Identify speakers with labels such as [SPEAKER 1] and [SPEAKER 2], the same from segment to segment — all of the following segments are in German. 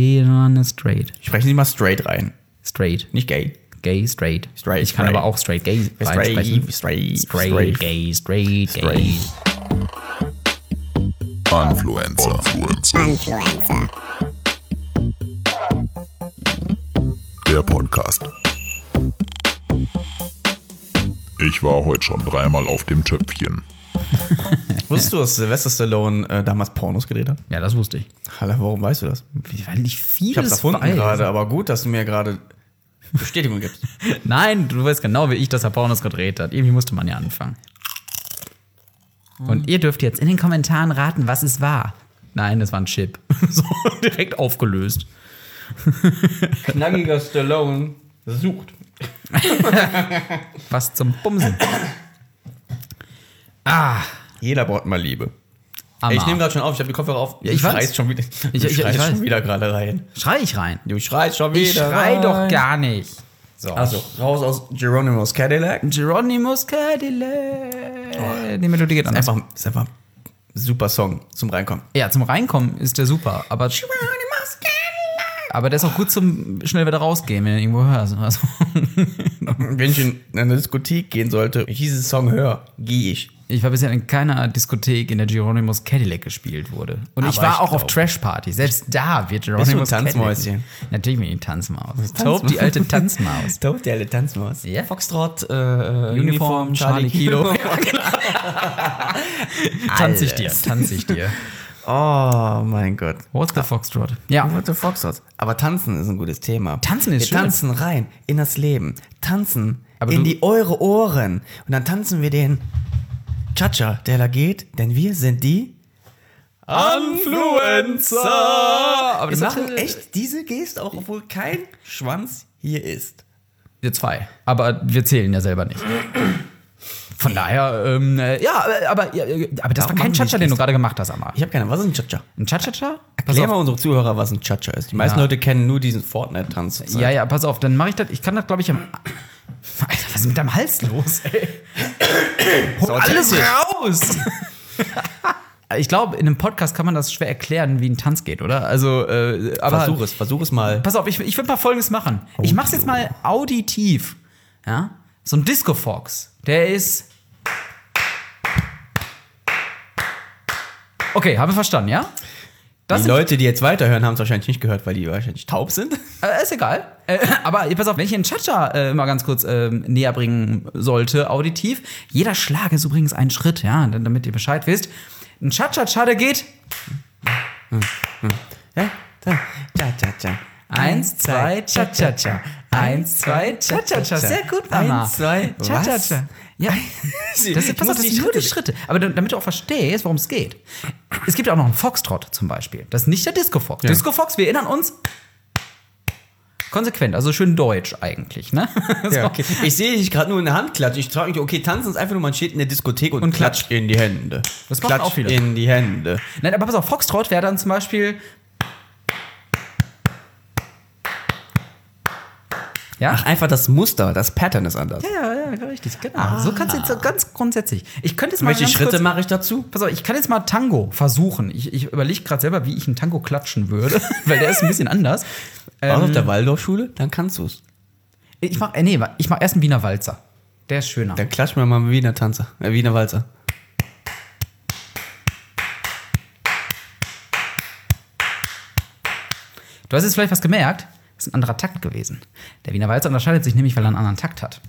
[SPEAKER 1] Ariana straight.
[SPEAKER 2] Ich spreche nicht mal straight rein.
[SPEAKER 1] Straight.
[SPEAKER 2] Nicht gay.
[SPEAKER 1] Gay, straight.
[SPEAKER 2] Straight,
[SPEAKER 1] ich kann
[SPEAKER 2] straight.
[SPEAKER 1] aber auch straight, gay
[SPEAKER 2] Straight,
[SPEAKER 1] reinsprechen.
[SPEAKER 2] straight,
[SPEAKER 1] straight,
[SPEAKER 2] straight.
[SPEAKER 1] gay, straight, gay.
[SPEAKER 2] Straight.
[SPEAKER 3] Influencer.
[SPEAKER 4] Influencer.
[SPEAKER 3] Der Podcast. Ich war heute schon dreimal auf dem Töpfchen.
[SPEAKER 2] Wusstest du, dass Sylvester Stallone äh, damals Pornos gedreht hat?
[SPEAKER 1] Ja, das wusste ich.
[SPEAKER 2] Halle, warum weißt du das?
[SPEAKER 1] Weil ich vieles
[SPEAKER 2] Ich hab's erfunden
[SPEAKER 1] weiß.
[SPEAKER 2] gerade, aber gut, dass du mir gerade Bestätigung gibst.
[SPEAKER 1] Nein, du weißt genau, wie ich das Herr Pornos gedreht hat. Irgendwie musste man ja anfangen. Und ihr dürft jetzt in den Kommentaren raten, was es war. Nein, es war ein Chip. so direkt aufgelöst.
[SPEAKER 2] Knackiger Stallone sucht.
[SPEAKER 1] Was zum Bumsen. Ah,
[SPEAKER 2] Jeder braucht mal Liebe.
[SPEAKER 1] Amar.
[SPEAKER 2] Ey, ich nehme gerade schon auf, ich habe die Kopfhörer auf.
[SPEAKER 1] Ja, ich weiß.
[SPEAKER 2] schreist schon wieder. Du
[SPEAKER 1] ich- ich
[SPEAKER 2] schreist
[SPEAKER 1] weiß.
[SPEAKER 2] schon wieder gerade rein.
[SPEAKER 1] Schrei ich rein.
[SPEAKER 2] Du schreist schon wieder
[SPEAKER 1] Ich schrei
[SPEAKER 2] rein.
[SPEAKER 1] doch gar nicht.
[SPEAKER 2] So. Also, raus aus Geronimo's Cadillac.
[SPEAKER 1] Geronimus Cadillac. Die Melodie geht anders.
[SPEAKER 2] Einfach, Oh, ist einfach ein super Song zum Reinkommen.
[SPEAKER 1] Ja, zum Reinkommen ist der super, aber, aber der ist auch gut zum schnell wieder rausgehen, wenn du irgendwo hörst. Also,
[SPEAKER 2] Wenn ich in eine Diskothek gehen sollte, ich diesen Song höre, gehe ich.
[SPEAKER 1] ich war bisher in keiner Diskothek, in der Geronimus Cadillac gespielt wurde. Und ich
[SPEAKER 2] Aber
[SPEAKER 1] war
[SPEAKER 2] ich
[SPEAKER 1] auch auf
[SPEAKER 2] glaub-
[SPEAKER 1] Trash-Partys. Selbst da wird Geronimus
[SPEAKER 2] Bist du ein
[SPEAKER 1] Cadillac-
[SPEAKER 2] Tanzmäuschen?
[SPEAKER 1] Natürlich bin ich ein Tanzmaus. Taub, die alte Tanzmaus.
[SPEAKER 2] Dope, der Tanzmaus.
[SPEAKER 1] Ja.
[SPEAKER 2] Foxtrot, äh,
[SPEAKER 1] Uniform, Charlie Kilo.
[SPEAKER 2] genau.
[SPEAKER 1] Tanz ich dir,
[SPEAKER 2] Alles.
[SPEAKER 1] tanz ich dir.
[SPEAKER 2] Oh mein Gott.
[SPEAKER 1] What's the Foxtrot? Ja.
[SPEAKER 2] What the Foxtrot. Aber tanzen ist ein gutes Thema.
[SPEAKER 1] Tanzen ist
[SPEAKER 2] Wir
[SPEAKER 1] schön.
[SPEAKER 2] tanzen rein in das Leben. Tanzen
[SPEAKER 1] Aber
[SPEAKER 2] in
[SPEAKER 1] du-
[SPEAKER 2] die eure Ohren. Und dann tanzen wir den Cha-Cha, der da geht, denn wir sind die Influencer.
[SPEAKER 1] Aber
[SPEAKER 2] wir
[SPEAKER 1] das
[SPEAKER 2] machen
[SPEAKER 1] hatte-
[SPEAKER 2] echt diese Geste, auch obwohl kein Schwanz hier ist.
[SPEAKER 1] Wir zwei. Aber wir zählen ja selber nicht. Von daher, ähm, äh, ja, äh, aber, ja, äh, aber das
[SPEAKER 2] Warum
[SPEAKER 1] war kein
[SPEAKER 2] machen die
[SPEAKER 1] Cha-Cha,
[SPEAKER 2] nicht
[SPEAKER 1] den du gerade gemacht hast, Amar.
[SPEAKER 2] Ich habe keine. Was ist ein Cha-Cha?
[SPEAKER 1] Ein Cha-Cha-Cha? Pass
[SPEAKER 2] Erklär
[SPEAKER 1] auf.
[SPEAKER 2] mal unsere Zuhörer, was ein Cha-Cha ist. Die meisten
[SPEAKER 1] Ja.
[SPEAKER 2] Leute kennen nur diesen Fortnite-Tanz. zurzeit.
[SPEAKER 1] Ja, ja, pass auf, dann mache ich das. Ich kann das, glaube ich, am. Alter, was ist mit deinem Hals los, ey?
[SPEAKER 2] oh,
[SPEAKER 1] Hol alles raus! ich glaube, in einem Podcast kann man das schwer erklären, wie ein Tanz geht, oder? Also, äh, aber.
[SPEAKER 2] Versuch es, versuch es mal.
[SPEAKER 1] Pass auf, ich, ich würde mal Folgendes machen. Ich mache es jetzt mal auditiv. Ja? So ein Disco Fox, der ist. Okay, habe verstanden, ja? Das
[SPEAKER 2] Die
[SPEAKER 1] sind,
[SPEAKER 2] Leute, die jetzt weiterhören, haben es wahrscheinlich nicht gehört, weil die wahrscheinlich taub sind.
[SPEAKER 1] äh, ist egal. Äh, aber pass auf, wenn ich den Cha-Cha äh, mal ganz kurz ähm, näher bringen sollte, auditiv. Jeder Schlag ist übrigens ein Schritt, ja, d- damit ihr Bescheid wisst. Ein Cha-Cha-Cha, der geht.
[SPEAKER 2] Ja, da, da, da, da.
[SPEAKER 1] Eins, zwei, Cha-Cha-Cha. Eins, zwei, Cha-Cha-Cha. Sehr gut, Mama.
[SPEAKER 2] Eins, zwei,
[SPEAKER 1] Cha-Cha-Cha. Ja. Das,
[SPEAKER 2] Ich
[SPEAKER 1] pass auf,
[SPEAKER 2] muss
[SPEAKER 1] das
[SPEAKER 2] die
[SPEAKER 1] sind nur die
[SPEAKER 2] Schritte
[SPEAKER 1] Schritte. Aber da- damit du auch verstehst, worum es geht. Es gibt ja auch noch einen Foxtrot zum Beispiel. Das ist nicht der Disco Fox. Disco Fox, wir erinnern uns. Konsequent, also schön deutsch eigentlich, ne?
[SPEAKER 2] Ja,
[SPEAKER 1] So.
[SPEAKER 2] okay. Ich sehe dich gerade nur in der Hand klatschen. Ich trage mich, okay, tanzen ist einfach nur, man steht in der Diskothek und,
[SPEAKER 1] Und
[SPEAKER 2] klatscht in die Hände.
[SPEAKER 1] Das machen
[SPEAKER 2] klatscht
[SPEAKER 1] auch viele.
[SPEAKER 2] in die Hände.
[SPEAKER 1] Nein, aber pass auf, Foxtrot wäre dann zum Beispiel. Ja?
[SPEAKER 2] Ach, einfach das Muster, das Pattern ist anders.
[SPEAKER 1] ja, ja, ja, richtig, genau. So kannst du jetzt so ganz grundsätzlich. Ich könnte jetzt mal
[SPEAKER 2] Welche
[SPEAKER 1] ganz
[SPEAKER 2] Schritte
[SPEAKER 1] kurz-
[SPEAKER 2] mache ich dazu?
[SPEAKER 1] Pass auf, ich kann jetzt mal Tango versuchen. Ich, ich überlege gerade selber, wie ich einen Tango klatschen würde, weil der ist ein bisschen anders.
[SPEAKER 2] Ähm, auf der Waldorfschule? Dann kannst du es.
[SPEAKER 1] Ich mach, äh, nee, ich mach erst einen Wiener Walzer. Der ist schöner.
[SPEAKER 2] Dann klatschen wir mal einen Wiener Tanzer, äh, Wiener Walzer.
[SPEAKER 1] Du hast jetzt vielleicht was gemerkt. Das ist ein anderer Takt gewesen. Der Wiener Walzer unterscheidet sich nämlich, weil er einen anderen Takt hat.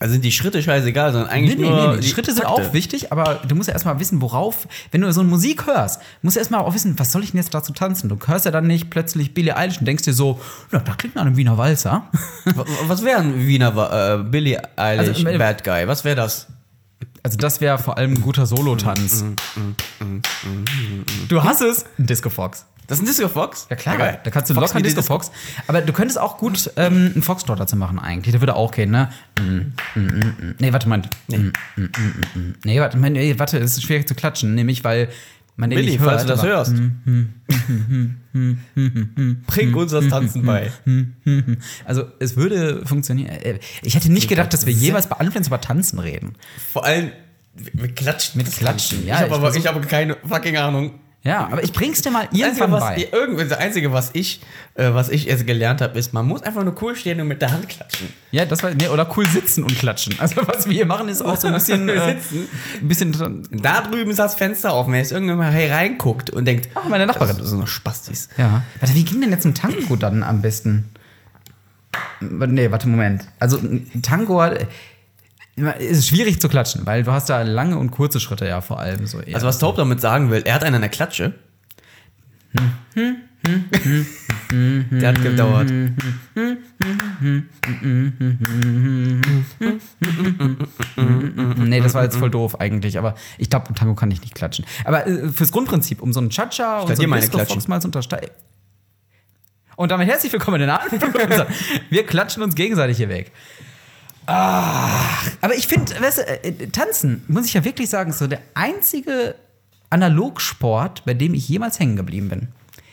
[SPEAKER 2] Also sind die Schritte scheißegal, sondern eigentlich nur
[SPEAKER 1] Die
[SPEAKER 2] die
[SPEAKER 1] Schritte sind
[SPEAKER 2] Takte.
[SPEAKER 1] auch wichtig, aber du musst ja erstmal wissen, worauf, wenn du so eine Musik hörst, musst du erstmal auch wissen, was soll ich denn jetzt dazu tanzen? Du hörst ja dann nicht plötzlich Billie Eilish und denkst dir so, na, da klingt nach einem Wiener Walzer.
[SPEAKER 2] W- Was wäre ein Wiener Wa- äh, Billy Eilish
[SPEAKER 1] Also, äh,
[SPEAKER 2] Bad Guy? Was wäre das?
[SPEAKER 1] Also das wäre vor allem ein guter
[SPEAKER 2] Mm,
[SPEAKER 1] Solotanz. Du hast es, ein Disco Fox.
[SPEAKER 2] Das ist ein Disco Fox?
[SPEAKER 1] Ja klar,
[SPEAKER 2] geil.
[SPEAKER 1] da kannst du
[SPEAKER 2] Fox
[SPEAKER 1] locker einen
[SPEAKER 2] mit
[SPEAKER 1] Disco Fox. Aber du könntest auch gut ähm, einen Foxtrot dazu machen eigentlich. Der würde auch gehen, ne? Mm, mm, mm, mm. Nee, warte mal. Nee. mm. Nee, warte, mein, nee, warte, es ist schwierig zu klatschen, nämlich weil man den
[SPEAKER 2] Billy,
[SPEAKER 1] nicht hört.
[SPEAKER 2] falls du das
[SPEAKER 1] aber- Hm,
[SPEAKER 2] hörst. Bring uns
[SPEAKER 1] hm,
[SPEAKER 2] das Tanzen bei.
[SPEAKER 1] Also es würde funktionieren. Äh, Ich hätte nicht gedacht, dass wir jeweils bei Anflens über Tanzen reden.
[SPEAKER 2] Vor allem, wir wir klatschen mit
[SPEAKER 1] Klatschen, ja,
[SPEAKER 2] Ich habe
[SPEAKER 1] ich
[SPEAKER 2] aber
[SPEAKER 1] versuch-
[SPEAKER 2] ich habe keine fucking Ahnung.
[SPEAKER 1] Ja, aber ich bring's dir mal
[SPEAKER 2] Das Einzige,
[SPEAKER 1] irgendwann
[SPEAKER 2] was,
[SPEAKER 1] bei.
[SPEAKER 2] irgendwie, das Einzige, was ich, äh, was ich jetzt gelernt habe, ist, man muss einfach nur cool stehen und mit der Hand klatschen.
[SPEAKER 1] Ja, das war, nee, oder cool sitzen und klatschen. Also was wir hier machen, ist auch so ein bisschen, äh,
[SPEAKER 2] Sitzen.
[SPEAKER 1] ein bisschen,
[SPEAKER 2] Da drüben ist das Fenster offen. Wenn jetzt irgendjemand hier reinguckt und denkt,
[SPEAKER 1] Ach, meine Nachbarin.
[SPEAKER 2] das sind nur Spastis.
[SPEAKER 1] ja. Warte, wie ging denn jetzt ein Tango dann am besten? Warte, Nee, warte, Moment. Also ein Tango hat, ist schwierig zu klatschen, weil du hast da lange und kurze Schritte ja vor allem so. eher.
[SPEAKER 2] Also was Taub damit sagen will, er hat einen an der Klatsche. der hat gedauert. Mhm,
[SPEAKER 1] Nee, das war jetzt voll doof eigentlich, aber ich glaube, Tango kann ich nicht klatschen. Aber äh, fürs Grundprinzip, um so einen Cha-Cha und
[SPEAKER 2] werd
[SPEAKER 1] so
[SPEAKER 2] dir
[SPEAKER 1] einen
[SPEAKER 2] meine
[SPEAKER 1] Disco-Fox
[SPEAKER 2] klatschen.
[SPEAKER 1] mal zu untersteigen. Und damit herzlich willkommen in der Abendbrunzer. Wir klatschen uns gegenseitig hier weg. Ach, aber ich finde, weißt du, äh, äh, tanzen, muss ich ja wirklich sagen, ist so der einzige Analogsport, bei dem ich jemals hängen geblieben bin.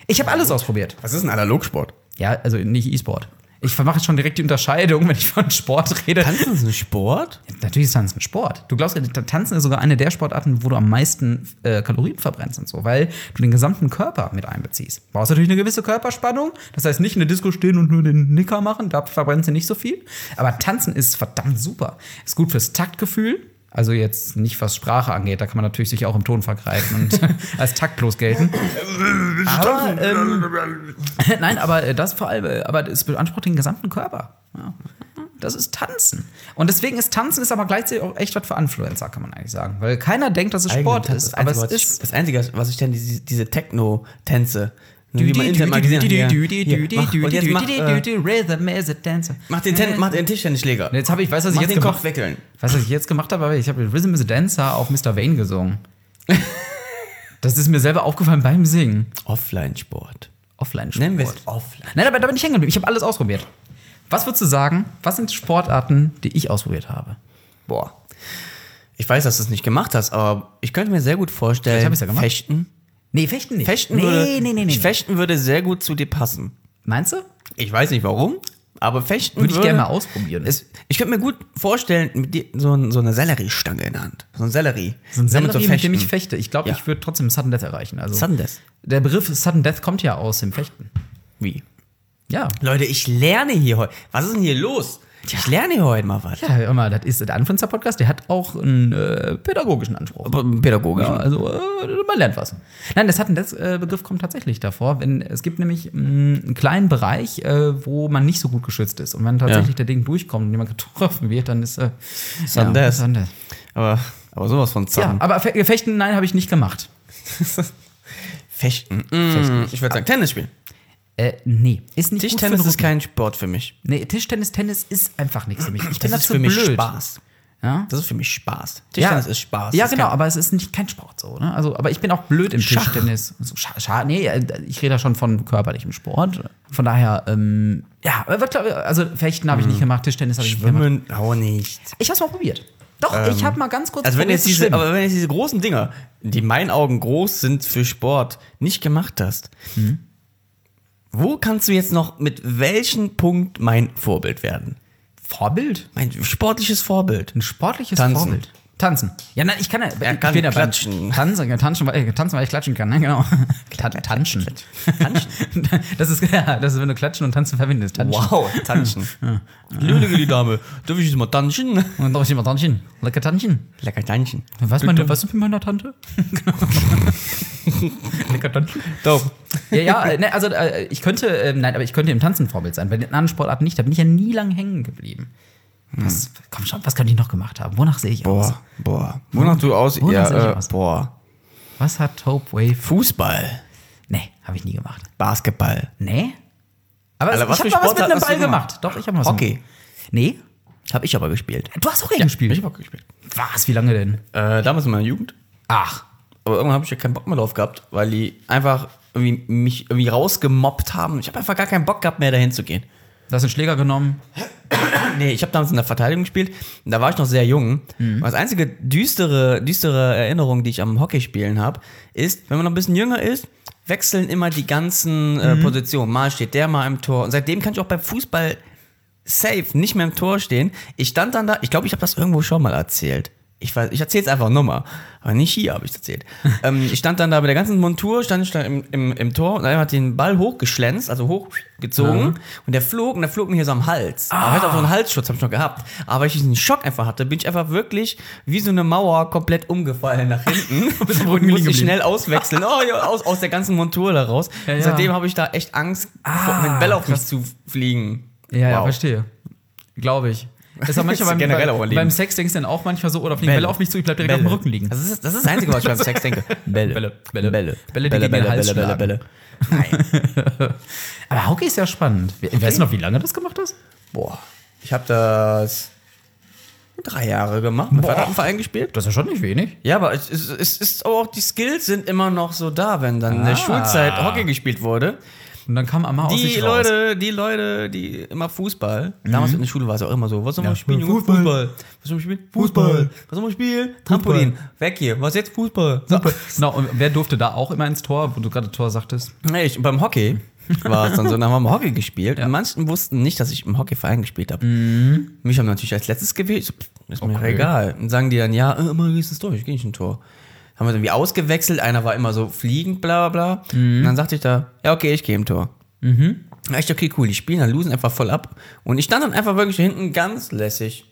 [SPEAKER 1] Ich habe alles ausprobiert.
[SPEAKER 2] Was ist ein Analogsport?
[SPEAKER 1] Ja, also nicht E-Sport. Ich mache schon direkt die Unterscheidung, wenn ich von Sport rede.
[SPEAKER 2] Tanzen ist ein Sport?
[SPEAKER 1] Natürlich ist Tanzen Sport. Du glaubst, ja, Ta- Tanzen ist sogar eine der Sportarten, wo du am meisten äh, Kalorien verbrennst und so, weil du den gesamten Körper mit einbeziehst. Du brauchst natürlich eine gewisse Körperspannung. Das heißt, nicht in der Disco stehen und nur den Nicker machen, da verbrennst du nicht so viel. Aber Tanzen ist verdammt super. Ist gut fürs Taktgefühl. Also jetzt nicht, was Sprache angeht, da kann man natürlich sich auch im Ton vergreifen und als taktlos gelten. aber, ähm, nein, aber äh, das vor allem, äh, aber es beansprucht den gesamten Körper. Ja. Das ist Tanzen. Und deswegen ist Tanzen ist aber gleichzeitig auch echt was für Influencer, kann man eigentlich sagen. Weil keiner denkt, dass es Sport
[SPEAKER 2] Eigenen
[SPEAKER 1] ist,
[SPEAKER 2] Tanz-
[SPEAKER 1] aber
[SPEAKER 2] das
[SPEAKER 1] es
[SPEAKER 2] Einzige, was
[SPEAKER 1] ist.
[SPEAKER 2] Ich, das Einzige, was ich denn diese, diese Techno-Tänze, ne,
[SPEAKER 1] Du,
[SPEAKER 2] wie
[SPEAKER 1] du,
[SPEAKER 2] man
[SPEAKER 1] du,
[SPEAKER 2] im
[SPEAKER 1] du,
[SPEAKER 2] Internet mal gesehen hat. ja.
[SPEAKER 1] du, du, du,
[SPEAKER 2] Hier,
[SPEAKER 1] du,
[SPEAKER 2] mach-
[SPEAKER 1] du,
[SPEAKER 2] und jetzt
[SPEAKER 1] du,
[SPEAKER 2] mach,
[SPEAKER 1] du,
[SPEAKER 2] äh,
[SPEAKER 1] du, Rhythm is a dancer.
[SPEAKER 2] Mach den, Ten, mach den Tischtennisschläger.
[SPEAKER 1] Jetzt habe ich, weißt du, was ich
[SPEAKER 2] Mach
[SPEAKER 1] jetzt
[SPEAKER 2] den
[SPEAKER 1] gemacht
[SPEAKER 2] Kopf wickeln.
[SPEAKER 1] Weißt du, was ich jetzt gemacht habe? Aber Ich habe Rhythm is a Dancer auf Mr. Vane gesungen. das ist mir selber aufgefallen beim Singen.
[SPEAKER 2] Offline-Sport.
[SPEAKER 1] Offline-Sport.
[SPEAKER 2] Nennen wir es Offline.
[SPEAKER 1] Nein, aber da bin ich hängen geblieben. Ich habe alles ausprobiert. Was würdest du sagen, was sind Sportarten, die ich ausprobiert habe?
[SPEAKER 2] Boah. Ich weiß, dass du es nicht gemacht hast, aber ich könnte mir sehr gut vorstellen,
[SPEAKER 1] Vielleicht hab ich's ja gemacht.
[SPEAKER 2] Fechten.
[SPEAKER 1] Nee, Fechten nicht.
[SPEAKER 2] Fechten
[SPEAKER 1] nee,
[SPEAKER 2] würde,
[SPEAKER 1] nee, nee, nee.
[SPEAKER 2] Fechten würde sehr gut zu dir passen.
[SPEAKER 1] Meinst du?
[SPEAKER 2] Ich weiß nicht warum, aber Fechten
[SPEAKER 1] Würde ich gerne mal
[SPEAKER 2] aus.
[SPEAKER 1] ausprobieren.
[SPEAKER 2] Es, ich könnte mir gut vorstellen, mit dir, so, ein, so eine Selleriestange in der Hand. So ein Sellerie.
[SPEAKER 1] So ein
[SPEAKER 2] Damit zu
[SPEAKER 1] Sellerie, mit dem ich
[SPEAKER 2] fechten.
[SPEAKER 1] fechte. Ich glaube,
[SPEAKER 2] Ja.
[SPEAKER 1] ich würde trotzdem Sudden Death erreichen. Also
[SPEAKER 2] Sudden Death?
[SPEAKER 1] Der Begriff Sudden Death kommt ja aus dem Fechten.
[SPEAKER 2] Wie?
[SPEAKER 1] Ja.
[SPEAKER 2] Leute, ich lerne hier heute. Was ist denn hier los? Ich lerne hier heute mal was.
[SPEAKER 1] Ja, hör mal, das ist der Anfänzer Podcast, der hat auch einen äh, pädagogischen Anspruch.
[SPEAKER 2] Pädagogisch.
[SPEAKER 1] Ja, also äh, man lernt was. Nein, das hat ein äh, Begriff kommt tatsächlich davor. Wenn, es gibt nämlich mh, einen kleinen Bereich, äh, wo man nicht so gut geschützt ist. Und wenn tatsächlich der Ding durchkommt und jemand getroffen wird, dann ist äh,
[SPEAKER 2] Sudden
[SPEAKER 1] ja,
[SPEAKER 2] Death.
[SPEAKER 1] Sudden Death.
[SPEAKER 2] Aber, aber sowas von
[SPEAKER 1] Ja,
[SPEAKER 2] zahm.
[SPEAKER 1] aber Fe Fechten, nein, habe ich nicht gemacht.
[SPEAKER 2] Fechten. Fechten. Ich würde sagen, Tennis spielen.
[SPEAKER 1] Äh, nee, ist nicht gut für
[SPEAKER 2] Tischtennis
[SPEAKER 1] den
[SPEAKER 2] ist kein Sport für mich.
[SPEAKER 1] Nee, Tischtennis, Tennis ist einfach nichts für mich. Ich bin
[SPEAKER 2] Das
[SPEAKER 1] dazu
[SPEAKER 2] ist für mich
[SPEAKER 1] blöd.
[SPEAKER 2] Spaß.
[SPEAKER 1] Ja?
[SPEAKER 2] Das ist für mich Spaß. Tischtennis ist Spaß.
[SPEAKER 1] Ja,
[SPEAKER 2] Das
[SPEAKER 1] genau,
[SPEAKER 2] kann-
[SPEAKER 1] aber es ist nicht kein Sport so. Ne? Also, aber ich bin auch blöd im
[SPEAKER 2] Schach.
[SPEAKER 1] Tischtennis. So, Schach, Schach, nee, äh, ich rede ja schon von körperlichem Sport. Von daher, ähm, ja, aber wird, glaub ich, also Fechten habe ich nicht gemacht, Tischtennis habe ich nicht gemacht.
[SPEAKER 2] Mhm. Schwimmen auch nicht.
[SPEAKER 1] Ich habe es mal probiert. Doch, ich habe mal ganz kurz
[SPEAKER 2] Also wenn
[SPEAKER 1] probiert
[SPEAKER 2] jetzt
[SPEAKER 1] zu
[SPEAKER 2] diese,
[SPEAKER 1] schwimmen.
[SPEAKER 2] aber wenn jetzt diese großen Dinger, die in meinen Augen groß sind für Sport, nicht gemacht hast, wo kannst du jetzt noch mit welchem Punkt mein Vorbild werden?
[SPEAKER 1] Vorbild?
[SPEAKER 2] Mein sportliches Vorbild.
[SPEAKER 1] Ein sportliches
[SPEAKER 2] Tanzen.
[SPEAKER 1] Vorbild. Tanzen. Ja, nein, ich kann ja. Er
[SPEAKER 2] kann
[SPEAKER 1] ich bin ja beim
[SPEAKER 2] klatschen.
[SPEAKER 1] Tanzen, ja, tanzen, weil, tanzen, weil ich klatschen kann, ne? Genau. Ta tanschen. Das ist, ja, das ist, wenn du klatschen und tanzen verbindest. Tanschen.
[SPEAKER 2] Wow, tanzen. Lüdige die Dame, darf ich jetzt mal tanzen?
[SPEAKER 1] Und darf ich immer tanschen? Lecker tanschen.
[SPEAKER 2] Lecker tanzen.
[SPEAKER 1] Was meine, was ist mit meiner Tante? Genau. Lecker tanschen.
[SPEAKER 2] Dope.
[SPEAKER 1] Ja, ja, äh, ne, also äh, ich könnte, äh, nein, aber ich könnte im Tanzen Vorbild sein. Bei den anderen Sportarten nicht, da bin ich ja nie lang hängen geblieben. Was, komm schon, was könnte ich noch gemacht haben? Wonach sehe ich aus?
[SPEAKER 2] Hm. Boah, boah. Wonach du aus?
[SPEAKER 1] Wonach sehe ich
[SPEAKER 2] ja, äh,
[SPEAKER 1] aus?
[SPEAKER 2] boah.
[SPEAKER 1] Was hat Hope Wave?
[SPEAKER 2] Fußball,
[SPEAKER 1] Nee, habe ich nie gemacht.
[SPEAKER 2] Basketball.
[SPEAKER 1] Nee? Aber
[SPEAKER 2] Alter, was
[SPEAKER 1] ich
[SPEAKER 2] für
[SPEAKER 1] habe mal was mit
[SPEAKER 2] Sportarten
[SPEAKER 1] einem
[SPEAKER 2] hast du
[SPEAKER 1] Ball
[SPEAKER 2] gemacht?
[SPEAKER 1] gemacht. Doch, ich habe mal was
[SPEAKER 2] Hockey.
[SPEAKER 1] gemacht. Nee?
[SPEAKER 2] Hab ich aber gespielt.
[SPEAKER 1] Du hast auch ja, gespielt.
[SPEAKER 2] Ich hab auch gespielt.
[SPEAKER 1] Was? Wie lange denn?
[SPEAKER 2] Äh, damals in meiner Jugend.
[SPEAKER 1] Ach.
[SPEAKER 2] Aber irgendwann habe ich ja keinen Bock mehr drauf gehabt, weil die einfach irgendwie mich irgendwie rausgemobbt haben. Ich habe einfach gar keinen Bock gehabt mehr dahin zu gehen.
[SPEAKER 1] Du hast den Schläger genommen.
[SPEAKER 2] Nee, ich habe damals in der Verteidigung gespielt. Und da war ich noch sehr jung. Und das einzige düstere, düstere Erinnerung, die ich am Hockeyspielen habe, ist, wenn man noch ein bisschen jünger ist, wechseln immer die ganzen äh, Positionen. Mal steht der mal im Tor. Und seitdem kann ich auch beim Fußball safe nicht mehr im Tor stehen. Ich stand dann da, ich glaube, ich habe das irgendwo schon mal erzählt. ich, weiß- ich erzähl's einfach nochmal. Aber nicht hier habe ich erzählt. ähm, ich stand dann da mit der ganzen Montur, stand ich dann im, im, im Tor und einer hat den Ball hochgeschlänzt, also hochgezogen. Und der flog und der flog mir hier so am Hals.
[SPEAKER 1] Ah.
[SPEAKER 2] Aber ich hatte auch so einen Halsschutz, habe ich noch gehabt. Aber weil ich diesen Schock einfach hatte, bin ich einfach wirklich wie so eine Mauer komplett umgefallen nach hinten.
[SPEAKER 1] Bist am Boden
[SPEAKER 2] Musste
[SPEAKER 1] liegen
[SPEAKER 2] ich
[SPEAKER 1] geblieben.
[SPEAKER 2] schnell auswechseln. Oh, ja, aus, aus der ganzen Montur da raus.
[SPEAKER 1] ja. Ah,
[SPEAKER 2] Und seitdem habe ich da echt Angst, vor- wenn Bälle auf mich zu fliegen.
[SPEAKER 1] Ja, ja,
[SPEAKER 2] Wow.
[SPEAKER 1] verstehe. Glaube ich. Ist auch manchmal
[SPEAKER 2] Ist
[SPEAKER 1] beim,
[SPEAKER 2] generell auch
[SPEAKER 1] beim,
[SPEAKER 2] liegen.
[SPEAKER 1] beim Sex denkst du dann auch manchmal so, oder fliegen Bälle,
[SPEAKER 2] Bälle
[SPEAKER 1] auf mich zu, ich bleib direkt auf dem Rücken liegen.
[SPEAKER 2] Das ist das, ist das Einzige, was ich beim Sex denke. Bälle.
[SPEAKER 1] Bälle, Bälle,
[SPEAKER 2] Bälle,
[SPEAKER 1] Bälle, die gegen den Hals schlagen.
[SPEAKER 2] Nein.
[SPEAKER 1] Aber Hockey ist ja spannend. We- Weißt du noch, wie lange du das gemacht hast?
[SPEAKER 2] Boah. Ich habe das drei Jahre gemacht, mit Verdammtverein gespielt.
[SPEAKER 1] Das ist ja schon nicht wenig.
[SPEAKER 2] Ja, aber es ist, es ist auch, die Skills sind immer noch so da, wenn dann in der Schulzeit Hockey gespielt wurde.
[SPEAKER 1] Und dann kam einmal aus
[SPEAKER 2] Die
[SPEAKER 1] sich raus.
[SPEAKER 2] Leute, die Leute, die immer Fußball. Damals in der Schule war es auch immer so. Was soll man
[SPEAKER 1] Ja,
[SPEAKER 2] spielen? Junge?
[SPEAKER 1] Fußball.
[SPEAKER 2] Was soll man spielen? Fußball. Was soll man spielen? Trampolin. Weg hier. Was jetzt Fußball? So.
[SPEAKER 1] Genau, und wer durfte da auch immer ins Tor, wo du gerade Tor sagtest?
[SPEAKER 2] Nee, ich, beim Hockey war es dann so, dann haben wir Hockey gespielt. Und manchen wussten nicht, dass ich im Hockeyverein gespielt habe. Mich haben natürlich als letztes gewählt. Ich So, pff, ist mir
[SPEAKER 1] Okay.
[SPEAKER 2] egal. Und sagen die dann, ja, äh, immer gehst ins Tor, ich gehe nicht ins Tor. Haben wir dann wie ausgewechselt, einer war immer so fliegend, bla bla bla. Und dann sagte ich da, ja, okay, ich gehe im Tor. Mhm. Echt okay, cool. Die spielen dann losen einfach voll ab. Und ich stand dann einfach wirklich hinten ganz lässig.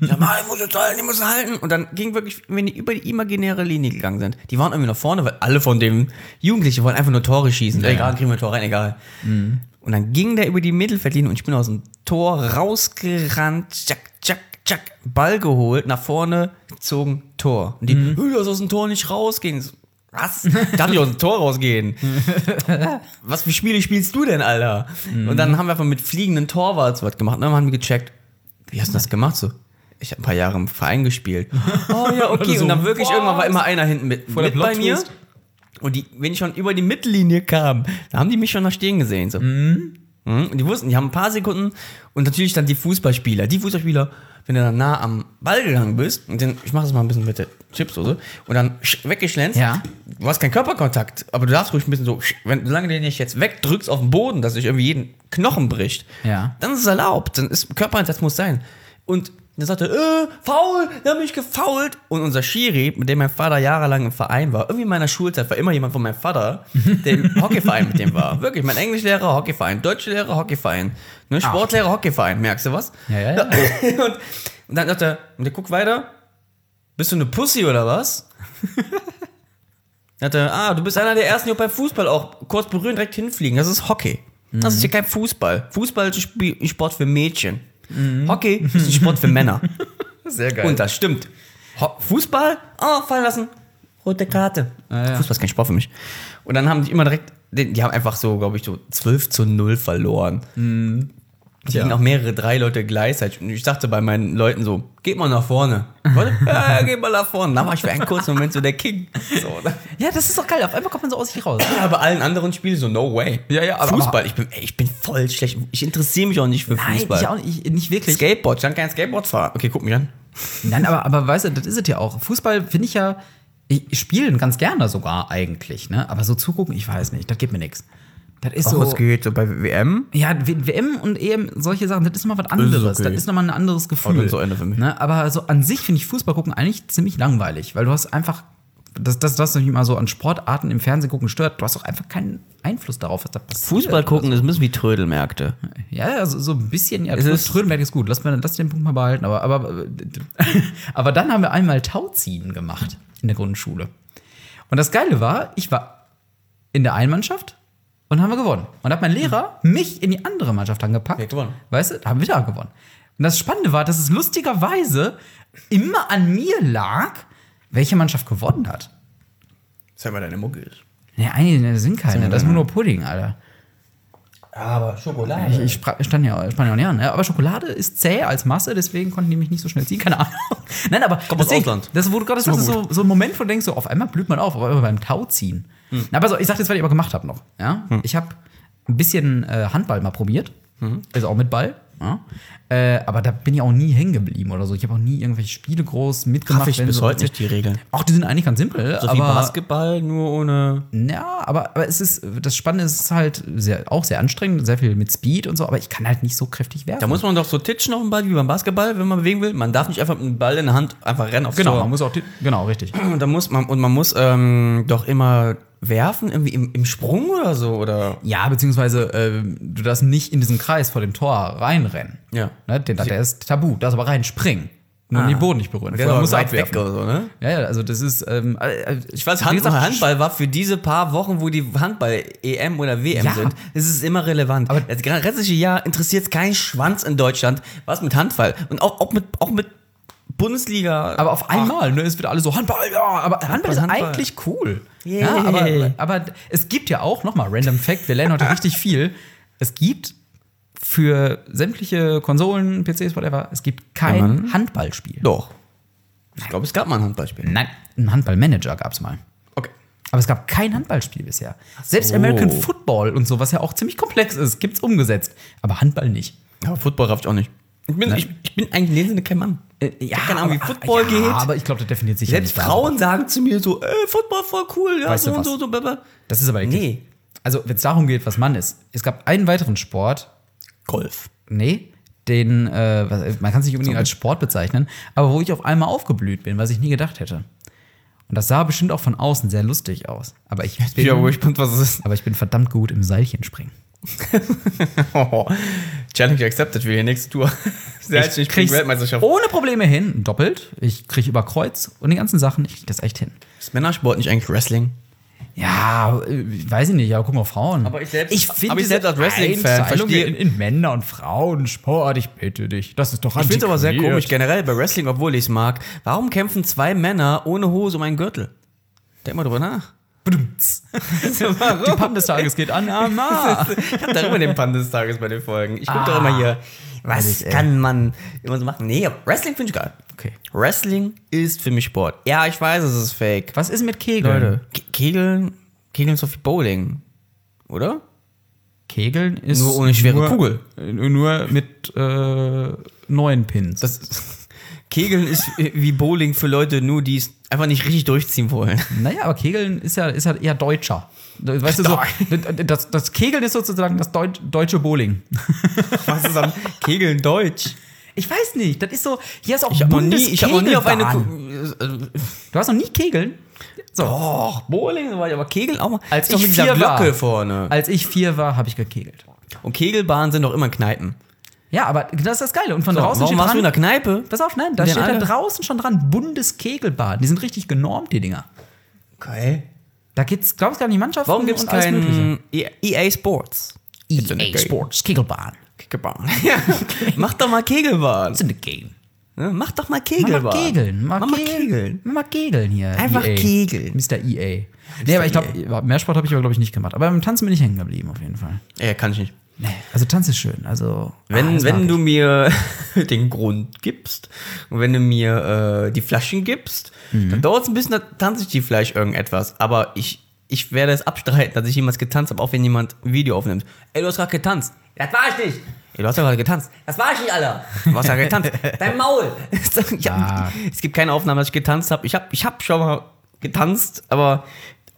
[SPEAKER 2] Ich sag, Mann, ich muss jetzt halten, ich muss halten. Und dann ging wirklich, wenn die über die imaginäre Linie gegangen sind, die waren irgendwie noch vorne, weil alle von dem Jugendlichen wollen einfach nur Tore schießen. Egal, kriegen wir ein Tor rein, egal. Und dann ging der über die Mittelfeldlinie und ich bin aus dem Tor rausgerannt, tschack, tschack, tschack, Ball geholt, nach vorne gezogen, Tor. Und die, mhm. du hast aus dem Tor nicht rausgehen. Ich so, Was? Darf ich aus dem Tor rausgehen? was für Spiele spielst du denn, Alter? Und dann haben wir einfach mit fliegenden Torwarts was gemacht. Und dann haben wir gecheckt, wie hast du das gemacht? So, ich habe ein paar Jahre im Verein gespielt. Oh ja, okay.
[SPEAKER 1] So,
[SPEAKER 2] und dann wirklich
[SPEAKER 1] was?
[SPEAKER 2] irgendwann war immer einer hinten mit,
[SPEAKER 1] der
[SPEAKER 2] mit bei mir.
[SPEAKER 1] Plot-Twist.
[SPEAKER 2] Und die, wenn ich schon über die Mittellinie kam, da haben die mich schon noch stehen gesehen. So. Mhm. Und die wussten, die haben ein paar Sekunden und natürlich dann die Fußballspieler. Die Fußballspieler, wenn du dann nah am Ball gegangen bist, und dann, ich mache das mal ein bisschen mit der Chipssoße, und dann sch- weggeschlänzt,
[SPEAKER 1] Ja.
[SPEAKER 2] du hast keinen Körperkontakt, aber du darfst ruhig ein bisschen so, sch- wenn, solange du den nicht jetzt wegdrückst auf den Boden, dass sich irgendwie jeden Knochen bricht,
[SPEAKER 1] Ja.
[SPEAKER 2] dann ist es erlaubt, dann ist Körpereinsatz muss sein. Und dann sagte er, äh, faul, der hat mich gefault. Und unser Schiri, mit dem mein Vater jahrelang im Verein war, irgendwie in meiner Schulzeit war immer jemand von meinem Vater, der im Hockeyverein mit dem war. Wirklich, mein Englischlehrer, Hockeyverein, Deutschlehrer, Hockeyverein, ne, Sportlehrer, Hockeyverein, merkst du was?
[SPEAKER 1] Ja, ja, ja.
[SPEAKER 2] und, und dann sagt er, und der guckt weiter, bist du eine Pussy oder was? Dann hat er, ah, du bist einer der ersten, die auch beim Fußball auch kurz berühren, direkt hinfliegen. Das ist Hockey. Das ist hier kein Fußball. Fußball ist ein Spiel- ein Sport für Mädchen. Hockey ist ein Sport für Männer.
[SPEAKER 1] Sehr
[SPEAKER 2] Und das stimmt. Ho Fußball? Oh, fallen lassen. Rote Karte. Fußball ist kein Sport für mich. Und dann haben die immer direkt, die die haben einfach so, glaube ich, so 12 zu 0 verloren. Die
[SPEAKER 1] Tja.
[SPEAKER 2] gingen auch mehrere, drei Leute gleichzeitig. Und ich dachte bei meinen Leuten so, geht mal nach vorne. Warte, ja, ja, geht mal nach vorne. Dann war ich für einen kurzen Moment so der King. So, ne? oder?
[SPEAKER 1] Ja, das ist doch geil. Auf einmal kommt man so aus sich raus.
[SPEAKER 2] Ja, aber allen anderen Spielen so, no way.
[SPEAKER 1] Ja, ja, aber-
[SPEAKER 2] Fußball, ich bin, ey, ich bin voll schlecht. Ich interessiere mich auch nicht für Fußball.
[SPEAKER 1] ich auch nicht, nicht wirklich.
[SPEAKER 2] Skateboard, ich kann kein Skateboard fahren. Okay, guck mich an.
[SPEAKER 1] Nein, aber, aber weißt du, das ist es ja auch. Fußball finde ich ja, ich spielen ganz gerne sogar eigentlich, ne? Aber so zugucken, ich weiß nicht, das gibt mir nichts. Das ist so.
[SPEAKER 2] geht so bei WM.
[SPEAKER 1] Ja, W- WM und EM, solche Sachen, das ist immer was anderes.
[SPEAKER 2] okay.
[SPEAKER 1] Das ist nochmal ein anderes Gefühl.
[SPEAKER 2] Oh, dann zu Ende für mich.
[SPEAKER 1] Ne? Aber so an sich finde ich Fußball gucken eigentlich ziemlich langweilig, weil du hast einfach, das, das, das mich immer so an Sportarten im Fernsehen gucken stört, du hast auch einfach keinen Einfluss darauf, was da passiert.
[SPEAKER 2] Fußball gucken ist ein bisschen wie Trödelmärkte.
[SPEAKER 1] Ja, ja, so, so ein bisschen. Ja,
[SPEAKER 2] Es
[SPEAKER 1] Trö-
[SPEAKER 2] ist-
[SPEAKER 1] Trödelberg ist gut. Lass, mal, lass den Punkt mal behalten. Aber, aber, aber dann haben wir einmal Tauziehen gemacht in der Grundschule. Und das Geile war, ich war in der einen Mannschaft und haben wir gewonnen. Und hat mein Lehrer mich in die andere Mannschaft angepackt.
[SPEAKER 2] Wer hat Mhm. gewonnen?
[SPEAKER 1] Weißt du, da haben wir da gewonnen. Und das Spannende war, dass es lustigerweise immer an mir lag, welche Mannschaft gewonnen hat.
[SPEAKER 2] Zeig mal deine Mucke ist.
[SPEAKER 1] Ne, einige sind keine. Das ist nur Pudding, Alter.
[SPEAKER 2] Aber Schokolade.
[SPEAKER 1] Ich, ich sprach, stand ja, sprang ja auch nicht an. ne? Aber Schokolade ist zäh als Masse, deswegen konnten die mich nicht so schnell ziehen. Keine Ahnung. Nein, aber
[SPEAKER 2] Kommt aus
[SPEAKER 1] deswegen,
[SPEAKER 2] Ausland.
[SPEAKER 1] Das, wo du gerade sagst, ist so, so ein Moment, wo du denkst, so, auf einmal blüht man auf, aber immer beim Tau ziehen.
[SPEAKER 2] Hm.
[SPEAKER 1] Na, aber so, ich sag jetzt, was ich
[SPEAKER 2] Hm.
[SPEAKER 1] aber gemacht habe noch. Ja? Ich habe ein bisschen äh, Handball mal probiert. Also auch mit Ball. Ja? Äh, aber da bin ich auch nie hängen geblieben oder so. Ich habe auch nie irgendwelche Spiele groß mitgemacht.
[SPEAKER 2] Raff ich
[SPEAKER 1] wenn
[SPEAKER 2] bis
[SPEAKER 1] so-
[SPEAKER 2] heute nicht die Regeln.
[SPEAKER 1] Ach, die sind eigentlich ganz simpel.
[SPEAKER 2] So
[SPEAKER 1] aber
[SPEAKER 2] wie Basketball, nur ohne.
[SPEAKER 1] Ja, aber, aber es ist, das Spannende ist es ist halt sehr, auch sehr anstrengend, sehr viel mit Speed und so, aber ich kann halt nicht so kräftig werfen.
[SPEAKER 2] Da muss man doch so titschen auf dem Ball, wie beim Basketball, wenn man bewegen will. Man darf nicht einfach mit dem Ball in der Hand einfach rennen aufs
[SPEAKER 1] genau, man
[SPEAKER 2] Tor.
[SPEAKER 1] muss auch, die- genau, richtig.
[SPEAKER 2] Und, dann muss man, und man muss ähm, doch immer werfen, irgendwie im, im Sprung oder so. Oder
[SPEAKER 1] Ja, beziehungsweise ähm, du darfst nicht in diesen Kreis vor dem Tor reinrennen.
[SPEAKER 2] Ja.
[SPEAKER 1] Ne, den, der ist tabu, du darfst aber reinspringen. Nur den Boden nicht berühren.
[SPEAKER 2] oder
[SPEAKER 1] Vorher musst du
[SPEAKER 2] Genau, weit
[SPEAKER 1] abwerfen.
[SPEAKER 2] weg oder so, ne?
[SPEAKER 1] Ja, ja, also das ist. Ähm, äh,
[SPEAKER 2] Ich weiß, Hand,
[SPEAKER 1] wie gesagt,
[SPEAKER 2] Handball war für diese paar Wochen, wo die Handball-EM oder WM
[SPEAKER 1] Ja.
[SPEAKER 2] sind, ist es immer relevant. Aber das restliche Jahr interessiert keinen Schwanz in Deutschland, was mit Handball und auch, auch, mit, auch mit Bundesliga.
[SPEAKER 1] Aber auf einmal, ne, es wird alle so Handball, ja, aber Handball ist
[SPEAKER 2] Handball.
[SPEAKER 1] eigentlich cool.
[SPEAKER 2] Yay.
[SPEAKER 1] Ja, aber, aber es gibt ja auch, nochmal, Random Fact, wir lernen heute richtig viel. Es gibt für sämtliche Konsolen, PCs, whatever, es gibt kein Handballspiel.
[SPEAKER 2] doch. Ich glaube, es gab mal ein Handballspiel.
[SPEAKER 1] Nein, ein Handballmanager gab es mal.
[SPEAKER 2] Okay.
[SPEAKER 1] Aber es gab kein Handballspiel bisher. Selbst
[SPEAKER 2] so.
[SPEAKER 1] American Football und so, was ja auch ziemlich komplex ist, gibt's umgesetzt. Aber Handball nicht.
[SPEAKER 2] Aber Football raff ich auch nicht. Ne? Äh, Ich bin, ich, ich bin eigentlich in dem Sinne kein Mann.
[SPEAKER 1] ja,
[SPEAKER 2] keine Ahnung, wie Football
[SPEAKER 1] ja,
[SPEAKER 2] geht.
[SPEAKER 1] Aber ich glaube, das definiert sich ja
[SPEAKER 2] Selbst
[SPEAKER 1] nicht darüber.
[SPEAKER 2] Frauen sagen zu mir so, ey, Football voll cool, ja,
[SPEAKER 1] Weißt
[SPEAKER 2] so
[SPEAKER 1] du
[SPEAKER 2] und
[SPEAKER 1] was?
[SPEAKER 2] so, so, bla, bla.
[SPEAKER 1] Das ist aber eklig.
[SPEAKER 2] Nee.
[SPEAKER 1] Also, wenn es darum geht, was Mann ist. Es gab einen weiteren Sport,
[SPEAKER 2] Golf.
[SPEAKER 1] nee, den, äh, was- man kann es nicht unbedingt als Sport bezeichnen, aber wo ich auf einmal aufgeblüht bin, was ich nie gedacht hätte. Und das sah bestimmt auch von außen sehr lustig aus. Aber ich bin,
[SPEAKER 2] gespannt, was es ist.
[SPEAKER 1] aber ich bin verdammt gut im Seilchenspringen.
[SPEAKER 2] Challenge accepted für die nächste Tour. Selbst nicht
[SPEAKER 1] krieg's
[SPEAKER 2] Oh.
[SPEAKER 1] ohne Probleme hin, doppelt. Ich kriege über Kreuz und die ganzen Sachen, ich kriege das echt hin.
[SPEAKER 2] Ist Männersport nicht eigentlich Wrestling?
[SPEAKER 1] Ja, äh, weiß ich nicht, aber guck mal, Frauen.
[SPEAKER 2] Aber ich selbst-
[SPEAKER 1] ich finde
[SPEAKER 2] aber ich selbst als Wrestling-Fan verstehe-
[SPEAKER 1] verstehe in, in Männer- und Frauensport, ich bitte dich, das ist doch
[SPEAKER 2] Ich finde es aber sehr
[SPEAKER 1] antiquiert.
[SPEAKER 2] komisch, generell bei Wrestling, obwohl ich es mag. Warum kämpfen zwei Männer ohne Hose um einen Gürtel? Denk mal drüber nach.
[SPEAKER 1] Die Pappen des Tages geht an, ah, Amar.
[SPEAKER 2] Ich hab darüber den Pan des Tages bei den Folgen. Ich guck doch immer hier, was
[SPEAKER 1] Ehrlich, ey.
[SPEAKER 2] kann man immer so machen? Nee, Wrestling finde ich geil.
[SPEAKER 1] Okay.
[SPEAKER 2] Wrestling ist für mich Sport. Ja, ich weiß, es ist fake.
[SPEAKER 1] Was ist mit Kegeln?
[SPEAKER 2] Leute, Ke- Kegeln, Kegeln ist so viel Bowling, oder?
[SPEAKER 1] Kegeln ist
[SPEAKER 2] Nur ohne schwere Kugel.
[SPEAKER 1] äh, Nur mit äh, neun Pins.
[SPEAKER 2] Das, Kegeln ist wie Bowling für Leute, nur die es einfach nicht richtig durchziehen wollen.
[SPEAKER 1] naja, aber Kegeln ist ja, ist ja eher deutscher. Weißt du, so, das, das Kegeln ist sozusagen das Deut deutsche Bowling.
[SPEAKER 2] Was ist am Kegeln deutsch?
[SPEAKER 1] Ich weiß nicht, das ist so, hier ist auch
[SPEAKER 2] Ich habe noch nie,
[SPEAKER 1] Bundes-
[SPEAKER 2] ich habe noch nie auf eine.
[SPEAKER 1] Kegelbahn.
[SPEAKER 2] Ku-
[SPEAKER 1] Du hast noch nie Kegeln? So.
[SPEAKER 2] Och, Bowling so weit, aber Kegeln auch mal.
[SPEAKER 1] Als
[SPEAKER 2] Doch
[SPEAKER 1] ich
[SPEAKER 2] mit dieser
[SPEAKER 1] vier war.
[SPEAKER 2] Glocke vorne.
[SPEAKER 1] Als ich vier war, habe ich gekegelt.
[SPEAKER 2] Und Kegelbahnen sind doch immer Kneipen.
[SPEAKER 1] Ja, aber das ist das Geile. Und von
[SPEAKER 2] So,
[SPEAKER 1] draußen
[SPEAKER 2] warum
[SPEAKER 1] steht
[SPEAKER 2] warst du in der
[SPEAKER 1] dran.
[SPEAKER 2] Kneipe?
[SPEAKER 1] Pass auf, nein, da
[SPEAKER 2] Denn
[SPEAKER 1] steht da
[SPEAKER 2] alle-
[SPEAKER 1] draußen schon dran. Bundeskegelbahn. Die sind richtig genormt, die Dinger.
[SPEAKER 2] Okay.
[SPEAKER 1] Da gibt's, glaube ich, gar nicht Mannschaften.
[SPEAKER 2] Warum gibt es
[SPEAKER 1] und alles Mögliche.
[SPEAKER 2] keinen E- EA Sports? It's in the
[SPEAKER 1] EA
[SPEAKER 2] game.
[SPEAKER 1] E Sports, Kegelbahn.
[SPEAKER 2] Kegelbahn. Ja. Mach doch mal Kegelbahn.
[SPEAKER 1] It's in the game.
[SPEAKER 2] Ne? Mach doch mal
[SPEAKER 1] Mach
[SPEAKER 2] Kegelbahn.
[SPEAKER 1] mal Kegeln. Mach,
[SPEAKER 2] Mach mal
[SPEAKER 1] Kegeln. Mach mal Kegeln hier. E
[SPEAKER 2] Einfach
[SPEAKER 1] EA.
[SPEAKER 2] Kegeln. E
[SPEAKER 1] Mr. EA. Nee, aber ich glaube, mehr Sport habe ich aber, glaube ich, nicht gemacht. Aber beim Tanzen bin ich hängen geblieben, auf jeden Fall.
[SPEAKER 2] Ja, kann ich nicht.
[SPEAKER 1] Nee, also Tanz ist schön. Also, ah,
[SPEAKER 2] Wenn,
[SPEAKER 1] das mag
[SPEAKER 2] wenn
[SPEAKER 1] ich.
[SPEAKER 2] du mir den Grund gibst und wenn du mir äh, die Flaschen gibst,
[SPEAKER 1] Mhm.
[SPEAKER 2] dann dauert es ein bisschen, dann tanze ich die vielleicht irgendetwas. Aber ich, ich werde es abstreiten, dass ich jemals getanzt habe, auch wenn jemand ein Video aufnimmt. Ey, du hast gerade getanzt. Das war ich nicht. Ey, du hast ja gerade getanzt. Das war ich nicht, Alter. Du hast ja getanzt. Dein Maul. ja,
[SPEAKER 1] Ah.
[SPEAKER 2] es gibt keine Aufnahme, dass ich getanzt habe. Ich habe ich hab schon mal getanzt, aber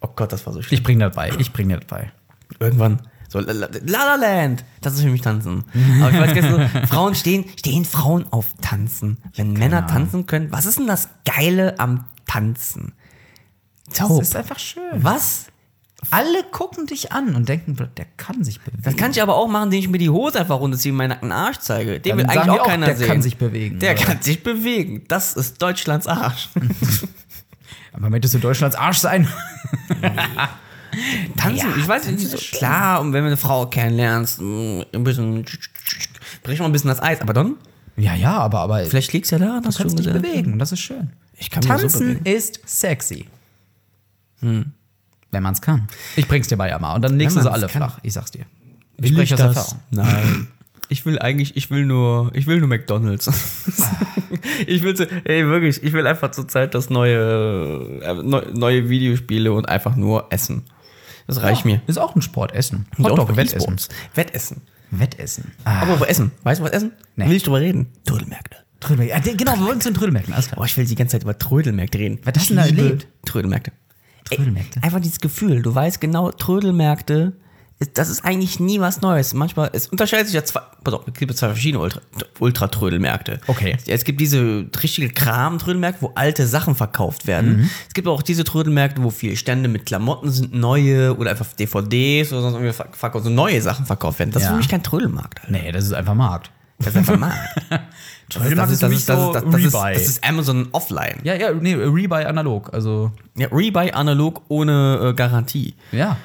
[SPEAKER 2] oh Gott, das war so schlimm.
[SPEAKER 1] Ich bring das bei. Ich bring das bei.
[SPEAKER 2] Irgendwann. So, La La La La Land, das ist für mich Tanzen. Aber ich weiß gestern so, Frauen stehen, stehen Frauen auf Tanzen. Wenn Männer tanzen können, was ist denn das Geile am Tanzen? Taub.
[SPEAKER 1] Das ist einfach schön.
[SPEAKER 2] Was?
[SPEAKER 1] Oh. Alle gucken dich an und denken, der kann sich bewegen.
[SPEAKER 2] Das kann ich aber auch machen, indem ich mir die Hose einfach runterziehe und meinen nackten Arsch zeige. Den
[SPEAKER 1] Dann
[SPEAKER 2] will eigentlich
[SPEAKER 1] sagen die
[SPEAKER 2] auch
[SPEAKER 1] auch,
[SPEAKER 2] keiner
[SPEAKER 1] der
[SPEAKER 2] sehen.
[SPEAKER 1] kann sich bewegen,
[SPEAKER 2] Der
[SPEAKER 1] oder?
[SPEAKER 2] kann sich bewegen. Das ist Deutschlands Arsch.
[SPEAKER 1] aber möchtest du Deutschlands Arsch sein?
[SPEAKER 2] Tanzen,
[SPEAKER 1] Ja,
[SPEAKER 2] ich weiß nicht,
[SPEAKER 1] tanzen
[SPEAKER 2] so,
[SPEAKER 1] ist schön.
[SPEAKER 2] klar, und wenn du eine Frau kennenlernst, mm, ein bisschen, brich mal ein bisschen das Eis, aber dann,
[SPEAKER 1] Ja, ja, aber, aber vielleicht
[SPEAKER 2] vielleicht liegt's ja daran, dass du
[SPEAKER 1] kannst du dich
[SPEAKER 2] gesagt-
[SPEAKER 1] bewegen und das ist schön.
[SPEAKER 2] Ich kann mich so bewegen.
[SPEAKER 1] Tanzen ist sexy. Hm. Wenn man es kann. Ich bring's dir bei, Amar. Und dann legst du sie
[SPEAKER 2] man's
[SPEAKER 1] alle
[SPEAKER 2] kann.
[SPEAKER 1] flach. Ich sag's dir.
[SPEAKER 2] Ich
[SPEAKER 1] spreche aus Erfahrung.
[SPEAKER 2] Nein. Ich will eigentlich, ich will nur, ich will nur McDonalds. Ah. ich will, so- ey, wirklich, ich will einfach zurzeit das neue, äh, neu- neue Videospiele und einfach nur essen. Das reicht mir.
[SPEAKER 1] Ist auch ein Sport. Essen.
[SPEAKER 2] Und Ah. auch
[SPEAKER 1] Hotdog,
[SPEAKER 2] noch
[SPEAKER 1] Wettessen.
[SPEAKER 2] E-Sports. Wettessen.
[SPEAKER 1] Wettessen. Ah.
[SPEAKER 2] Aber wo Essen? Weißt du was Essen?
[SPEAKER 1] Nee.
[SPEAKER 2] Will ich drüber reden? Trödelmärkte.
[SPEAKER 1] Trödelmärkte. Ah, genau, wir wollen zu den Trödelmärkten. Alles klar.
[SPEAKER 2] Boah, ich will die ganze Zeit über Trödelmärkte reden.
[SPEAKER 1] Was hast
[SPEAKER 2] Ich
[SPEAKER 1] du denn da
[SPEAKER 2] liebe
[SPEAKER 1] erlebt?
[SPEAKER 2] Trödelmärkte.
[SPEAKER 1] Trödelmärkte.
[SPEAKER 2] Ey, einfach dieses Gefühl, du weißt genau, Trödelmärkte, ist- das ist eigentlich nie was Neues. Manchmal, es unterscheidet sich ja zwei, pass auf, es gibt ja zwei verschiedene Ultra- Ultra-Trödelmärkte.
[SPEAKER 1] Okay.
[SPEAKER 2] Es gibt diese richtige Kram-Trödelmärkte, wo alte Sachen verkauft werden.
[SPEAKER 1] Mhm.
[SPEAKER 2] Es gibt auch diese Trödelmärkte, wo viele Stände mit Klamotten sind, neue oder einfach DVDs oder sonst irgendwie ver- verkauft, so neue Sachen verkauft werden. Das ist
[SPEAKER 1] Ja.
[SPEAKER 2] für mich kein Trödelmarkt. Alter.
[SPEAKER 1] Nee, das ist einfach Markt.
[SPEAKER 2] Das ist einfach Markt.
[SPEAKER 1] Trödelmarkt ist für mich
[SPEAKER 2] das
[SPEAKER 1] so
[SPEAKER 2] das, das, ist,
[SPEAKER 1] Rebuy.
[SPEAKER 2] das ist Amazon offline.
[SPEAKER 1] Ja, ja, nee, Rebuy analog. Also,
[SPEAKER 2] Ja, Rebuy analog ohne äh, Garantie.
[SPEAKER 1] ja.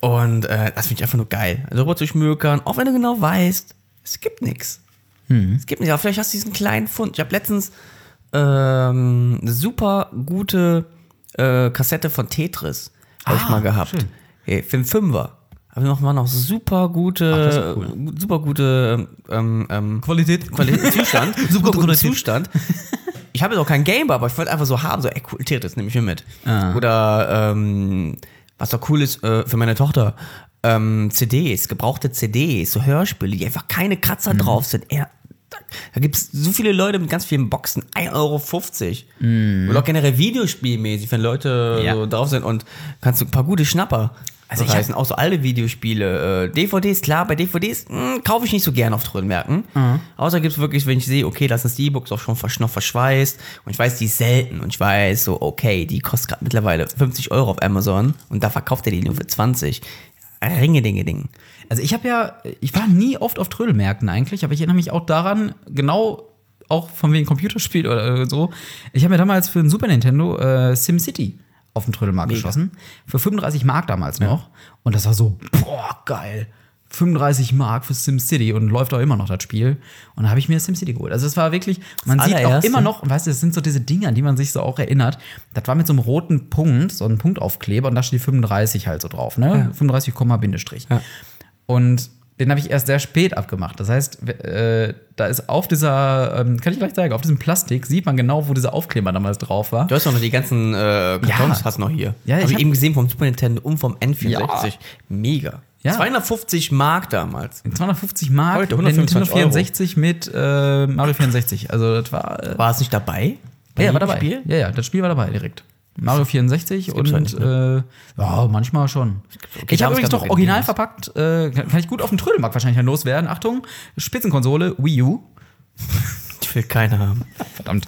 [SPEAKER 2] Und äh, das finde ich einfach nur geil. Darüber zu schmökern, auch wenn du genau weißt, es gibt nichts. Es gibt nichts. Aber vielleicht hast du diesen kleinen Fund. Ich habe letztens ähm, eine super gute äh, Kassette von Tetris hab ich mal gehabt. Hey, für einen Fünfer. Aber noch mal noch super gute, gu- super gute ähm, ähm,
[SPEAKER 1] Qualität.
[SPEAKER 2] Qualität, Zustand,
[SPEAKER 1] Super
[SPEAKER 2] super guten
[SPEAKER 1] Qualität.
[SPEAKER 2] Zustand. Ich habe jetzt auch keinen Game, aber ich wollte einfach so haben, so, ey, cool, Tetris nehme ich mir mit.
[SPEAKER 1] Ah.
[SPEAKER 2] Oder, ähm, was doch cool ist äh, für meine Tochter, ähm, CDs, gebrauchte CDs, so Hörspiele, die einfach keine Kratzer
[SPEAKER 1] Mhm.
[SPEAKER 2] drauf sind. Ey, da da gibt es so viele Leute mit ganz vielen Boxen, 1,50 Euro. Oder auch generell videospielmäßig, wenn Leute
[SPEAKER 1] Mhm. Ja.
[SPEAKER 2] so drauf sind und kannst du ein paar gute Schnapper.
[SPEAKER 1] Also
[SPEAKER 2] Also
[SPEAKER 1] ich
[SPEAKER 2] ich heißen auch so alte Videospiele. Äh, DVDs, klar, bei DVDs mh, hm, kaufe ich nicht so gern auf Trödelmärkten.
[SPEAKER 1] Mhm.
[SPEAKER 2] Außer gibt es wirklich, wenn ich sehe, okay, das ist die E-Books auch schon versch noch verschweißt. Und ich weiß, die ist selten. Und ich weiß so, okay, die kostet gerade mittlerweile 50 Euro auf Amazon. Und da verkauft er die nur für 20. Ringe, Dinge, Ding.
[SPEAKER 1] Also ich habe ja, ich war nie oft auf Trödelmärkten eigentlich, aber ich erinnere mich auch daran, genau auch von wegen Computerspiel oder so. Ich habe mir damals für den Super Nintendo äh, SimCity auf dem Trödelmarkt geschossen. Für 35 Mark damals noch. Und das war so, boah, geil. 35 Mark für SimCity und läuft auch immer noch das Spiel. Und da habe ich mir SimCity geholt. Also es war wirklich, man sieht auch
[SPEAKER 2] allererste.
[SPEAKER 1] immer noch, weißt du, das sind so diese Dinge, an die man sich so auch erinnert. Das war mit so einem roten Punkt, so einem Punktaufkleber und da steht die 35 halt so drauf, ne? 35, Komma, Bindestrich. Und den habe ich erst sehr spät abgemacht. Das heißt, w- äh, da ist auf dieser, ähm, kann ich gleich sagen, auf diesem Plastik sieht man genau, wo dieser Aufkleber damals drauf war.
[SPEAKER 2] Du hast doch noch die ganzen äh, Kartons,
[SPEAKER 1] Ja.
[SPEAKER 2] hast du noch hier.
[SPEAKER 1] Ja,
[SPEAKER 2] Ja,
[SPEAKER 1] ich
[SPEAKER 2] Habe ich
[SPEAKER 1] hab-
[SPEAKER 2] eben gesehen vom Super Nintendo und vom N64. Mega.
[SPEAKER 1] Ja.
[SPEAKER 2] 250 Mark damals.
[SPEAKER 1] 250 Mark,
[SPEAKER 2] Heute
[SPEAKER 1] der
[SPEAKER 2] 125 Euro.
[SPEAKER 1] 64 mit äh, Mario 64. Also das war, äh,
[SPEAKER 2] War es nicht dabei?
[SPEAKER 1] ja, ja,
[SPEAKER 2] jedem
[SPEAKER 1] war dabei.
[SPEAKER 2] Spiel?
[SPEAKER 1] Ja, ja, das Spiel war dabei direkt. Mario 64 und
[SPEAKER 2] halt nicht,
[SPEAKER 1] äh, ja, manchmal schon. ich habe
[SPEAKER 2] damals
[SPEAKER 1] übrigens
[SPEAKER 2] gab's
[SPEAKER 1] doch
[SPEAKER 2] noch
[SPEAKER 1] original
[SPEAKER 2] Indies.
[SPEAKER 1] verpackt, äh, kann kann ich gut auf dem Trödelmarkt wahrscheinlich dann loswerden. Achtung, Spitzenkonsole, Wii U.
[SPEAKER 2] Ich will keine haben.
[SPEAKER 1] Verdammt.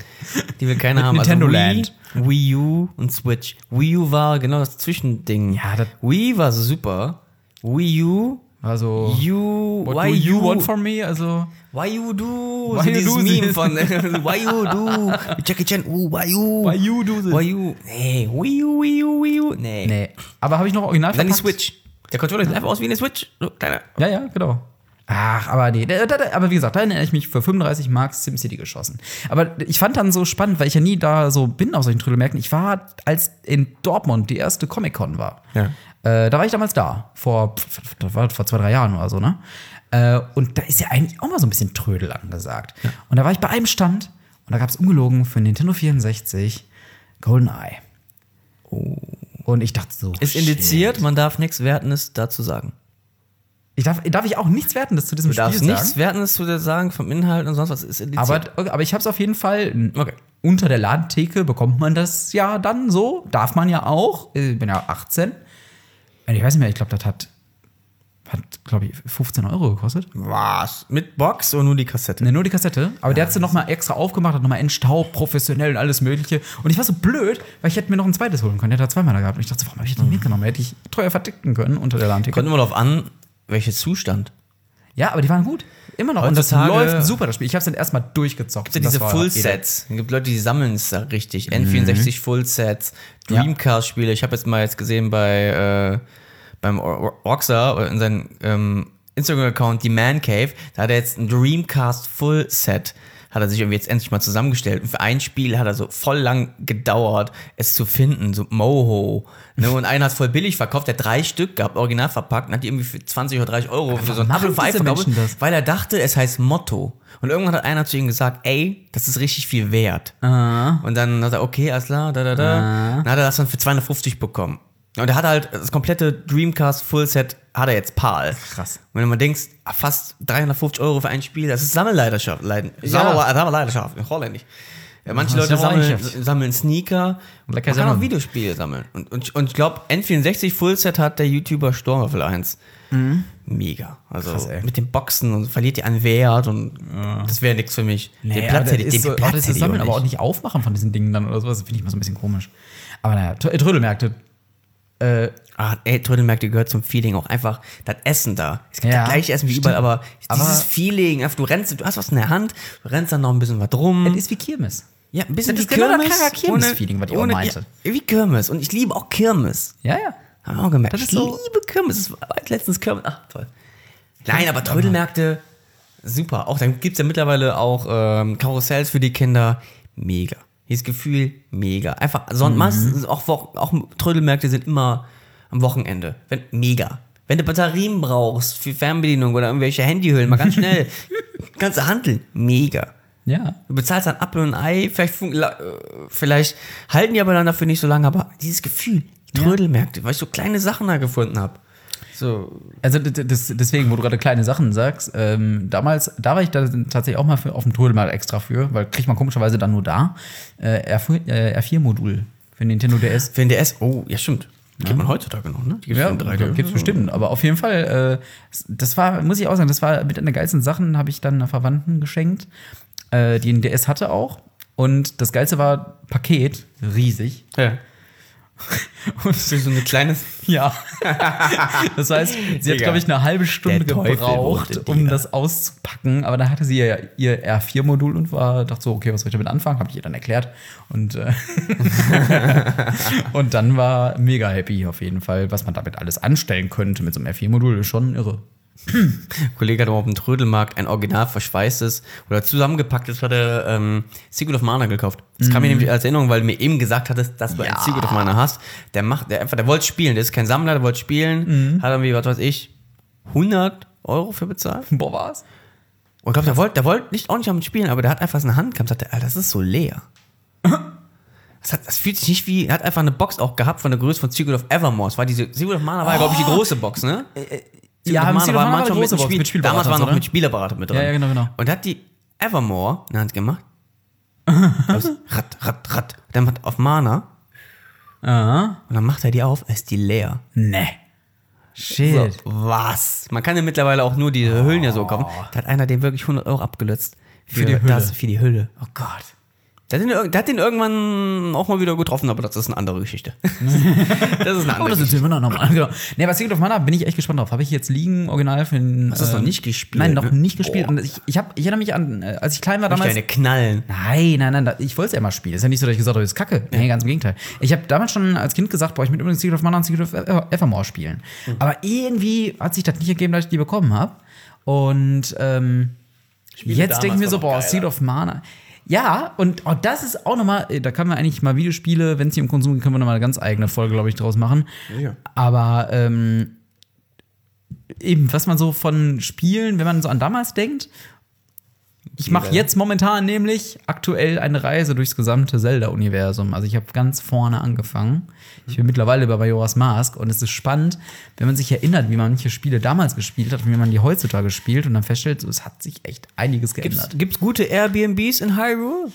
[SPEAKER 2] Die will keiner
[SPEAKER 1] Mit
[SPEAKER 2] haben. Also
[SPEAKER 1] Nintendo
[SPEAKER 2] Wii,
[SPEAKER 1] Land.
[SPEAKER 2] Wii U und Switch. Wii U war genau das Zwischending.
[SPEAKER 1] Ja, das-
[SPEAKER 2] Wii war so super. Wii U.
[SPEAKER 1] Also,
[SPEAKER 2] U,
[SPEAKER 1] what
[SPEAKER 2] why
[SPEAKER 1] do you
[SPEAKER 2] you-
[SPEAKER 1] want from me? Also,
[SPEAKER 2] Why you do?
[SPEAKER 1] Why
[SPEAKER 2] so
[SPEAKER 1] you
[SPEAKER 2] dieses
[SPEAKER 1] do
[SPEAKER 2] Meme
[SPEAKER 1] this?
[SPEAKER 2] von äh, Why you do? Mit Jackie Chan. Uh, why you?
[SPEAKER 1] Why you do this?
[SPEAKER 2] Why you? Nee, Wii U, Wii U, Wii U. Nee.
[SPEAKER 1] Nee. Aber habe ich noch original
[SPEAKER 2] Dann die
[SPEAKER 1] verpackt?
[SPEAKER 2] Switch. Der Controller sieht einfach aus wie eine Switch. So, kleiner.
[SPEAKER 1] Ja, ja, genau. Ach, aber nee. Da, da, da, aber wie gesagt, da erinnere ich mich für 35 Mark SimCity geschossen. Aber ich fand dann so spannend, weil ich ja nie da so bin auf solchen Trödelmärkten. Ich war, als in Dortmund die erste Comic-Con war.
[SPEAKER 2] Ja.
[SPEAKER 1] Äh, da war ich damals da. Vor, pf, das war vor zwei, drei Jahren oder so, ne? Äh, und da ist ja eigentlich auch mal so ein bisschen Trödel angesagt. Und da war ich bei einem Stand und da gab es ungelogen für Nintendo 64 GoldenEye. Oh. Und ich dachte so.
[SPEAKER 2] Ist
[SPEAKER 1] shit.
[SPEAKER 2] indiziert, man darf nichts Wertendes dazu sagen.
[SPEAKER 1] Ich darf, darf ich auch nichts Wertendes zu diesem
[SPEAKER 2] Du darfst
[SPEAKER 1] Spiel sagen?
[SPEAKER 2] nichts Wertendes zu dir sagen vom Inhalt und sonst was. Ist indiziert.
[SPEAKER 1] Aber, okay, aber ich habe es auf jeden Fall mm,
[SPEAKER 2] Okay.
[SPEAKER 1] unter der Ladentheke bekommt man das ja dann so. Darf man ja auch. Ich bin ja 18. Und Ich weiß nicht mehr, ich glaube, das hat, hat glaube ich, 15 Euro gekostet.
[SPEAKER 2] was? Mit Box und nur die Kassette.
[SPEAKER 1] Ne, nur die Kassette. Aber der hat sie nochmal extra aufgemacht, hat nochmal entstaubt, professionell und alles Mögliche. Und ich war so blöd, weil ich hätte mir noch ein zweites holen können. Der hat da zweimal da gehabt. Und ich dachte, so, warum habe ich
[SPEAKER 2] Mhm.
[SPEAKER 1] das nicht mitgenommen? Hätte ich teuer verticken können unter der Ladentheke.
[SPEAKER 2] Kommt immer darauf an, welcher Zustand.
[SPEAKER 1] Ja, aber die waren gut. Immer noch. Und das
[SPEAKER 2] Heutzutage-
[SPEAKER 1] läuft super, das Spiel. Ich habe es dann erstmal durchgezockt.
[SPEAKER 2] Gibt ja
[SPEAKER 1] Das
[SPEAKER 2] diese
[SPEAKER 1] war edel.
[SPEAKER 2] Fullsets. Es gibt Leute, die sammeln es da richtig. N64 Fullsets, Dreamcast-Spiele. Ich habe jetzt mal jetzt gesehen bei äh, beim Or- Or- Roxer oder äh, in seinem ähm, Instagram-Account, die Man Cave, da hat er jetzt ein Dreamcast Fullset. Hat er sich irgendwie jetzt endlich mal zusammengestellt. Und für ein Spiel hat er so voll lang gedauert, es zu finden. So Moho. Ne? Und einer hat voll billig verkauft, der hat drei Stück gehabt, original verpackt, und hat die irgendwie für 20 oder 30 Euro für so ein
[SPEAKER 1] machen
[SPEAKER 2] Apple
[SPEAKER 1] diese Menschen das?
[SPEAKER 2] weil er dachte, es heißt Motto. Und irgendwann hat einer zu ihm gesagt, ey, das ist richtig viel wert. Und dann hat er, okay, alles klar, da, da, da. Dann hat er das dann für 250 bekommen. Und er hat halt das komplette Dreamcast Fullset hat er jetzt PAL.
[SPEAKER 1] Krass.
[SPEAKER 2] Und wenn du mal denkst, ah, fast 350 Euro für ein Spiel, das ist Sammelleidenschaft. Leiden,
[SPEAKER 1] Ja.
[SPEAKER 2] Sammelleidenschaft, Sammelleidenschaft in Holländisch. Ja, manche
[SPEAKER 1] Das ist
[SPEAKER 2] Leute
[SPEAKER 1] ja
[SPEAKER 2] sammeln,
[SPEAKER 1] Leidenschaft.
[SPEAKER 2] sammeln Sneaker. Man
[SPEAKER 1] Lecker
[SPEAKER 2] kann auch
[SPEAKER 1] sammeln.
[SPEAKER 2] Videospiele sammeln. Und, und, und ich glaube, N64 Fullset hat der YouTuber Sturmwaffel 1. Mega. Also
[SPEAKER 1] Mhm. Krass, ey.
[SPEAKER 2] mit den Boxen und verliert die an Wert und das wäre nichts für mich.
[SPEAKER 1] Nee, aber das ist so, das ist Sammeln, aber auch nicht aufmachen von diesen Dingen dann oder sowas, finde ich mal so ein bisschen komisch. Aber naja, Tr- äh, Trödelmärkte. Äh,
[SPEAKER 2] Ah, ey, Trödelmärkte gehört zum Feeling auch einfach. Das Essen da. Es gibt
[SPEAKER 1] Ja,
[SPEAKER 2] das gleiche Essen wie
[SPEAKER 1] stimmt.
[SPEAKER 2] überall, aber
[SPEAKER 1] Aber-
[SPEAKER 2] dieses Feeling, einfach, du rennst, du hast was in der Hand, du rennst dann noch ein bisschen was rum.
[SPEAKER 1] es ist wie Kirmes.
[SPEAKER 2] ja, ein bisschen
[SPEAKER 1] das
[SPEAKER 2] wie
[SPEAKER 1] ist genau das
[SPEAKER 2] Kirmes.
[SPEAKER 1] Kirmes-Feeling, was ich auch
[SPEAKER 2] ohne-
[SPEAKER 1] meinte.
[SPEAKER 2] Ja, wie Kirmes. Und ich liebe auch Kirmes.
[SPEAKER 1] Ja, ja.
[SPEAKER 2] Haben wir auch gemerkt.
[SPEAKER 1] Das ist
[SPEAKER 2] ich
[SPEAKER 1] so-
[SPEAKER 2] liebe Kirmes. Es war letztens Kirmes. Ach, toll. Nein, aber Trödelmärkte, super. Auch dann gibt es ja mittlerweile auch ähm, Karussells für die Kinder. Mega. Dieses Gefühl, mega. Einfach, son
[SPEAKER 1] Mhm.
[SPEAKER 2] meistens, auch, Wo- auch Trödelmärkte sind immer am Wochenende. Wenn, mega. Wenn du Batterien brauchst für Fernbedienung oder irgendwelche Handyhüllen, mal ganz schnell, kannst du handeln. Mega.
[SPEAKER 1] Ja.
[SPEAKER 2] Du bezahlst dann Apfel und ein Ei, vielleicht, fun- la- äh, vielleicht halten die aber dann dafür nicht so lange, aber dieses Gefühl, Trödelmärkte, weil ich so kleine Sachen da gefunden habe. So,
[SPEAKER 1] Also d- d- das, deswegen, wo du gerade kleine Sachen sagst, ähm, damals, da war ich da tatsächlich auch mal für, auf dem Trödelmarkt extra für, weil kriegt man komischerweise dann nur da, äh, R4, äh, R4-Modul für Nintendo DS.
[SPEAKER 2] für den DS, oh, ja stimmt. Kriegt man heutzutage noch, ne? Die gibt's
[SPEAKER 1] Ja,
[SPEAKER 2] für den 3D.
[SPEAKER 1] gibt es bestimmt. Aber auf jeden Fall, äh, das war, muss ich auch sagen, das war mit einer geilsten Sachen, habe ich dann einer Verwandten geschenkt, äh, die einen DS hatte auch. Und das Geilste war Paket, riesig.
[SPEAKER 2] Ja. Und für so eine kleine.
[SPEAKER 1] Ja. das heißt, sie hat,
[SPEAKER 2] Digga.
[SPEAKER 1] glaube ich, eine halbe Stunde
[SPEAKER 2] Der Teufel
[SPEAKER 1] gebraucht,
[SPEAKER 2] wurde,
[SPEAKER 1] um
[SPEAKER 2] Digga.
[SPEAKER 1] das auszupacken. Aber dann hatte sie ja ihr R4-Modul und war, dachte so, okay, was soll ich damit anfangen? Habe ich ihr dann erklärt. Und, äh, und dann war mega happy auf jeden Fall, was man damit alles anstellen könnte mit so einem R4-Modul. Ist schon irre.
[SPEAKER 2] Ein Kollege hat auch auf dem Trödelmarkt ein original verschweißtes oder zusammengepacktes, hat er ähm, Secret of Mana gekauft. Das kam mir nämlich als Erinnerung, weil du mir eben gesagt hattest, dass du ein Secret of Mana hast. Der macht, der einfach, der wollte spielen, der ist kein Sammler, der wollte spielen, hat irgendwie, was weiß ich, 100 Euro für bezahlt.
[SPEAKER 1] Boah, war's?
[SPEAKER 2] Und ich glaube, der wollte der wollt nicht auch nicht am Spielen, aber der hat einfach seine Hand gehabt und sagte, Alter, das ist so leer. Das, hat, das fühlt sich nicht wie, er hat einfach eine Box auch gehabt von der Größe von Secret of Evermore. Es war diese, Secret of Mana war, glaube ich, die große Box, ne? Secret
[SPEAKER 1] Ja,
[SPEAKER 2] of
[SPEAKER 1] mit
[SPEAKER 2] Mana
[SPEAKER 1] Secret of
[SPEAKER 2] war
[SPEAKER 1] Mana war
[SPEAKER 2] manchmal
[SPEAKER 1] die große
[SPEAKER 2] mit,
[SPEAKER 1] Box,
[SPEAKER 2] Spiel,
[SPEAKER 1] mit Spielberater,
[SPEAKER 2] Damals war noch
[SPEAKER 1] oder?
[SPEAKER 2] mit Spielberater mit drin.
[SPEAKER 1] Ja, ja, genau, genau.
[SPEAKER 2] Und hat die Evermore in der Hand gemacht. Glaubst du? rat, rat, rat. Dann hat auf Mana. Und dann macht er die auf, ist die leer.
[SPEAKER 1] Nee.
[SPEAKER 2] So,
[SPEAKER 1] Shit.
[SPEAKER 2] was? Man kann ja mittlerweile auch nur diese Hüllen ja so kaufen. Da hat einer den wirklich 100 Euro abgelötzt. Für,
[SPEAKER 1] Oh. die Hülle.
[SPEAKER 2] Das, für die Hülle. Oh Gott. Der hat, den, irg- der hat den irgendwann auch mal wieder getroffen, aber das ist eine andere Geschichte. das ist eine
[SPEAKER 1] Oh,
[SPEAKER 2] andere
[SPEAKER 1] das
[SPEAKER 2] Geschichte.
[SPEAKER 1] ist immer noch normal. Genau. Nee, bei Secret of Mana bin ich echt gespannt drauf. Habe ich jetzt liegen, original für den.
[SPEAKER 2] Hast du das
[SPEAKER 1] äh,
[SPEAKER 2] noch nicht gespielt,
[SPEAKER 1] Nein, noch
[SPEAKER 2] ne?
[SPEAKER 1] nicht gespielt.
[SPEAKER 2] Boah.
[SPEAKER 1] Und ich, ich, hab, ich erinnere mich an, äh, als ich klein war damals.
[SPEAKER 2] Kleine Knallen.
[SPEAKER 1] Nein, nein, nein, da- ich wollte es ja mal spielen. Ist ja nicht so, dass ich gesagt habe, das ist kacke. Nee, ganz im Gegenteil. Ich habe damals schon als Kind gesagt, boah, ich mit übrigens Secret of Mana und Secret of Ever- Evermore spielen.
[SPEAKER 2] Mhm.
[SPEAKER 1] Aber irgendwie hat sich das nicht ergeben, dass ich die bekommen habe. Und ähm, jetzt
[SPEAKER 2] damals
[SPEAKER 1] denke ich mir
[SPEAKER 2] war
[SPEAKER 1] so,
[SPEAKER 2] noch
[SPEAKER 1] boah,
[SPEAKER 2] geiler.
[SPEAKER 1] Secret of Mana. Ja, und auch das ist auch nochmal, äh, da kann man eigentlich mal Videospiele, wenn es hier im Konsum geht, können wir nochmal eine ganz eigene Folge, glaube ich, draus machen.
[SPEAKER 2] Ja.
[SPEAKER 1] Aber ähm, eben, was man so von Spielen, wenn man so an damals denkt, ich mache jetzt momentan nämlich aktuell eine Reise durchs gesamte Zelda-Universum. Also ich habe ganz vorne angefangen. Ich bin mittlerweile bei Majora's Mask und es ist spannend, wenn man sich erinnert, wie man manche Spiele damals gespielt hat und wie man die heutzutage spielt und dann feststellt, so, es hat sich echt einiges geändert.
[SPEAKER 2] Gibt es gute Airbnbs in Hyrule?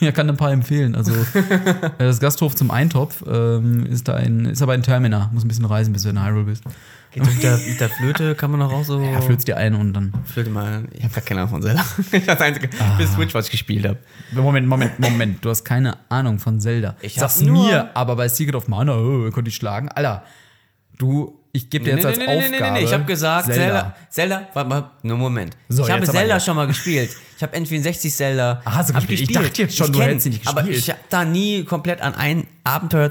[SPEAKER 1] Ja, kann ein paar empfehlen. Also äh, das Gasthof zum Eintopf ähm, ist da ein, ist aber ein Termina. Muss ein bisschen reisen, bis du in Hyrule bist.
[SPEAKER 2] Geht mit, der, mit der Flöte kann man doch auch so.
[SPEAKER 1] Ja, flötst dir ein und dann.
[SPEAKER 2] Flöte mal. Ich habe gar keine Ahnung von Zelda. das einzige,
[SPEAKER 1] Ah.
[SPEAKER 2] bis Switch, was ich gespielt habe.
[SPEAKER 1] Moment, Moment, Moment. Du hast keine Ahnung von Zelda.
[SPEAKER 2] Ich hab
[SPEAKER 1] Sag's
[SPEAKER 2] nur-
[SPEAKER 1] mir, aber bei Secret of Mana oh, konnte ich schlagen. Alter, du, ich gebe dir jetzt als Aufgabe.
[SPEAKER 2] ich habe gesagt, Zelda. Zelda, warte mal, nur Moment.
[SPEAKER 1] So,
[SPEAKER 2] ich habe
[SPEAKER 1] jetzt aber
[SPEAKER 2] Zelda
[SPEAKER 1] hier.
[SPEAKER 2] schon mal gespielt. Ich habe N64 Zelda.
[SPEAKER 1] Ah, hast du
[SPEAKER 2] hab
[SPEAKER 1] gespielt? Ich dachte jetzt schon, du
[SPEAKER 2] kenn,
[SPEAKER 1] hättest sie nicht
[SPEAKER 2] Aber
[SPEAKER 1] gespielt.
[SPEAKER 2] ich habe da nie komplett an ein Abenteuer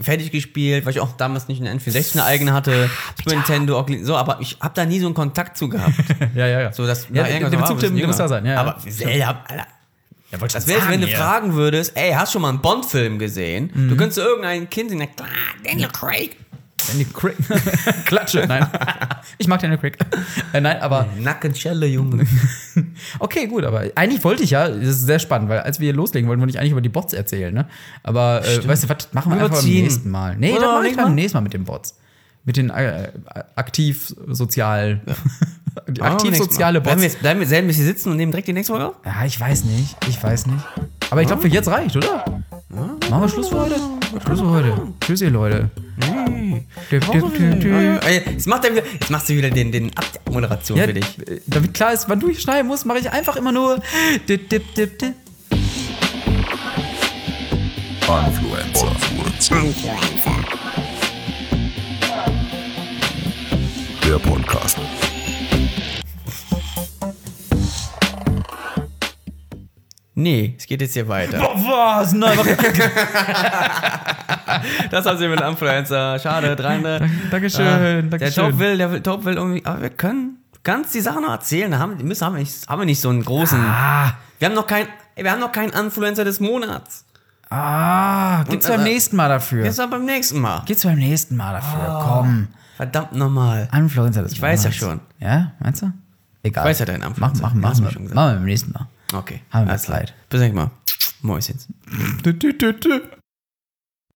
[SPEAKER 2] fertig gespielt, weil ich auch damals nicht eine N64 eine eigene hatte,
[SPEAKER 1] Ah,
[SPEAKER 2] Super Nintendo, auch li- so, aber ich habe da nie so einen Kontakt zu gehabt.
[SPEAKER 1] Ja, ja, ja.
[SPEAKER 2] So, das
[SPEAKER 1] ja,
[SPEAKER 2] na,
[SPEAKER 1] der,
[SPEAKER 2] irgendwas
[SPEAKER 1] der
[SPEAKER 2] war,
[SPEAKER 1] Bezug,
[SPEAKER 2] wir
[SPEAKER 1] der,
[SPEAKER 2] sind
[SPEAKER 1] der muss
[SPEAKER 2] jünger.
[SPEAKER 1] da sein. Ja,
[SPEAKER 2] aber
[SPEAKER 1] ja.
[SPEAKER 2] Zelda, Alter,
[SPEAKER 1] ja, wollte ich
[SPEAKER 2] das wäre, wenn du
[SPEAKER 1] hier.
[SPEAKER 2] fragen
[SPEAKER 1] Mhm.
[SPEAKER 2] würdest, ey, hast du schon mal einen Bond-Film gesehen? Du könntest irgendein Kind sehen, na klar, "Ah, Daniel Craig.
[SPEAKER 1] Danny Crick. Klatsche. Nein. Ich mag Danny Crick. Äh, nein, aber
[SPEAKER 2] Nackenschelle, Junge.
[SPEAKER 1] okay, gut. Aber eigentlich wollte ich ja, das ist sehr spannend, weil als wir hier loslegen wollten, wollte ich eigentlich über die Bots erzählen. Ne? Aber äh, weißt du, was machen wir einfach beim
[SPEAKER 2] Überziehen.
[SPEAKER 1] nächsten Mal? Nee,
[SPEAKER 2] Oder
[SPEAKER 1] das mache ich
[SPEAKER 2] nächstes
[SPEAKER 1] beim
[SPEAKER 2] Mal?
[SPEAKER 1] nächsten Mal mit den Bots. Mit den äh, aktiv sozial. die aktiv soziale
[SPEAKER 2] Bots.
[SPEAKER 1] Bots.
[SPEAKER 2] Bleiben wir, bleiben wir selber hier sitzen und nehmen direkt die nächste Folge auf?
[SPEAKER 1] Ja, ich weiß nicht. Ich weiß nicht. Aber ich glaube, für jetzt reicht, oder? Machen wir Schluss für heute? Schluss für heute. Tschüss, ihr Leute. Dip, dip, dip, dip.
[SPEAKER 2] Ah, Jetzt, macht er wieder, jetzt machst du wieder den, den Abmoderation
[SPEAKER 1] Ja,
[SPEAKER 2] für dich.
[SPEAKER 1] äh, damit klar ist, wann du ich schneiden musst, mache ich einfach immer nur. Dip, dip, dip, dip.
[SPEAKER 3] Influencer.
[SPEAKER 4] Influencer.
[SPEAKER 3] Der Podcast.
[SPEAKER 2] Nee, es geht jetzt hier weiter.
[SPEAKER 1] Was? Nein,
[SPEAKER 2] Das haben sie mit dem Influencer. Schade, 300.
[SPEAKER 1] Dankeschön,
[SPEAKER 2] Ah, Der
[SPEAKER 1] Dankeschön.
[SPEAKER 2] Top will, der will- Top will irgendwie. Aber wir können ganz die Sachen noch erzählen. Da haben, die müssen, haben, wir nicht, haben wir nicht so einen großen.
[SPEAKER 1] Ah,
[SPEAKER 2] Wir haben noch keinen. ey, Wir haben noch keinen Influencer des Monats.
[SPEAKER 1] ah, geht's
[SPEAKER 2] Und,
[SPEAKER 1] beim
[SPEAKER 2] äh,
[SPEAKER 1] nächsten Mal dafür.
[SPEAKER 2] Jetzt dann beim nächsten Mal.
[SPEAKER 1] Geht's beim nächsten Mal dafür. Komm.
[SPEAKER 2] Verdammt nochmal.
[SPEAKER 1] Influencer das Ich
[SPEAKER 2] weiß ja schon.
[SPEAKER 1] Ja, meinst du? Egal.
[SPEAKER 2] Ich weiß ja deinen Influencer.
[SPEAKER 1] Mach, mach, mach,
[SPEAKER 2] Hast du mir
[SPEAKER 1] mach,
[SPEAKER 2] schon
[SPEAKER 1] mach,
[SPEAKER 2] gesagt.
[SPEAKER 1] mach beim nächsten Mal.
[SPEAKER 2] Okay. Äh,
[SPEAKER 1] Haben wir
[SPEAKER 2] alles
[SPEAKER 1] das leid.
[SPEAKER 2] Bis nächstes Mal. Mäuschen.
[SPEAKER 1] Tü, tü, tü, tü.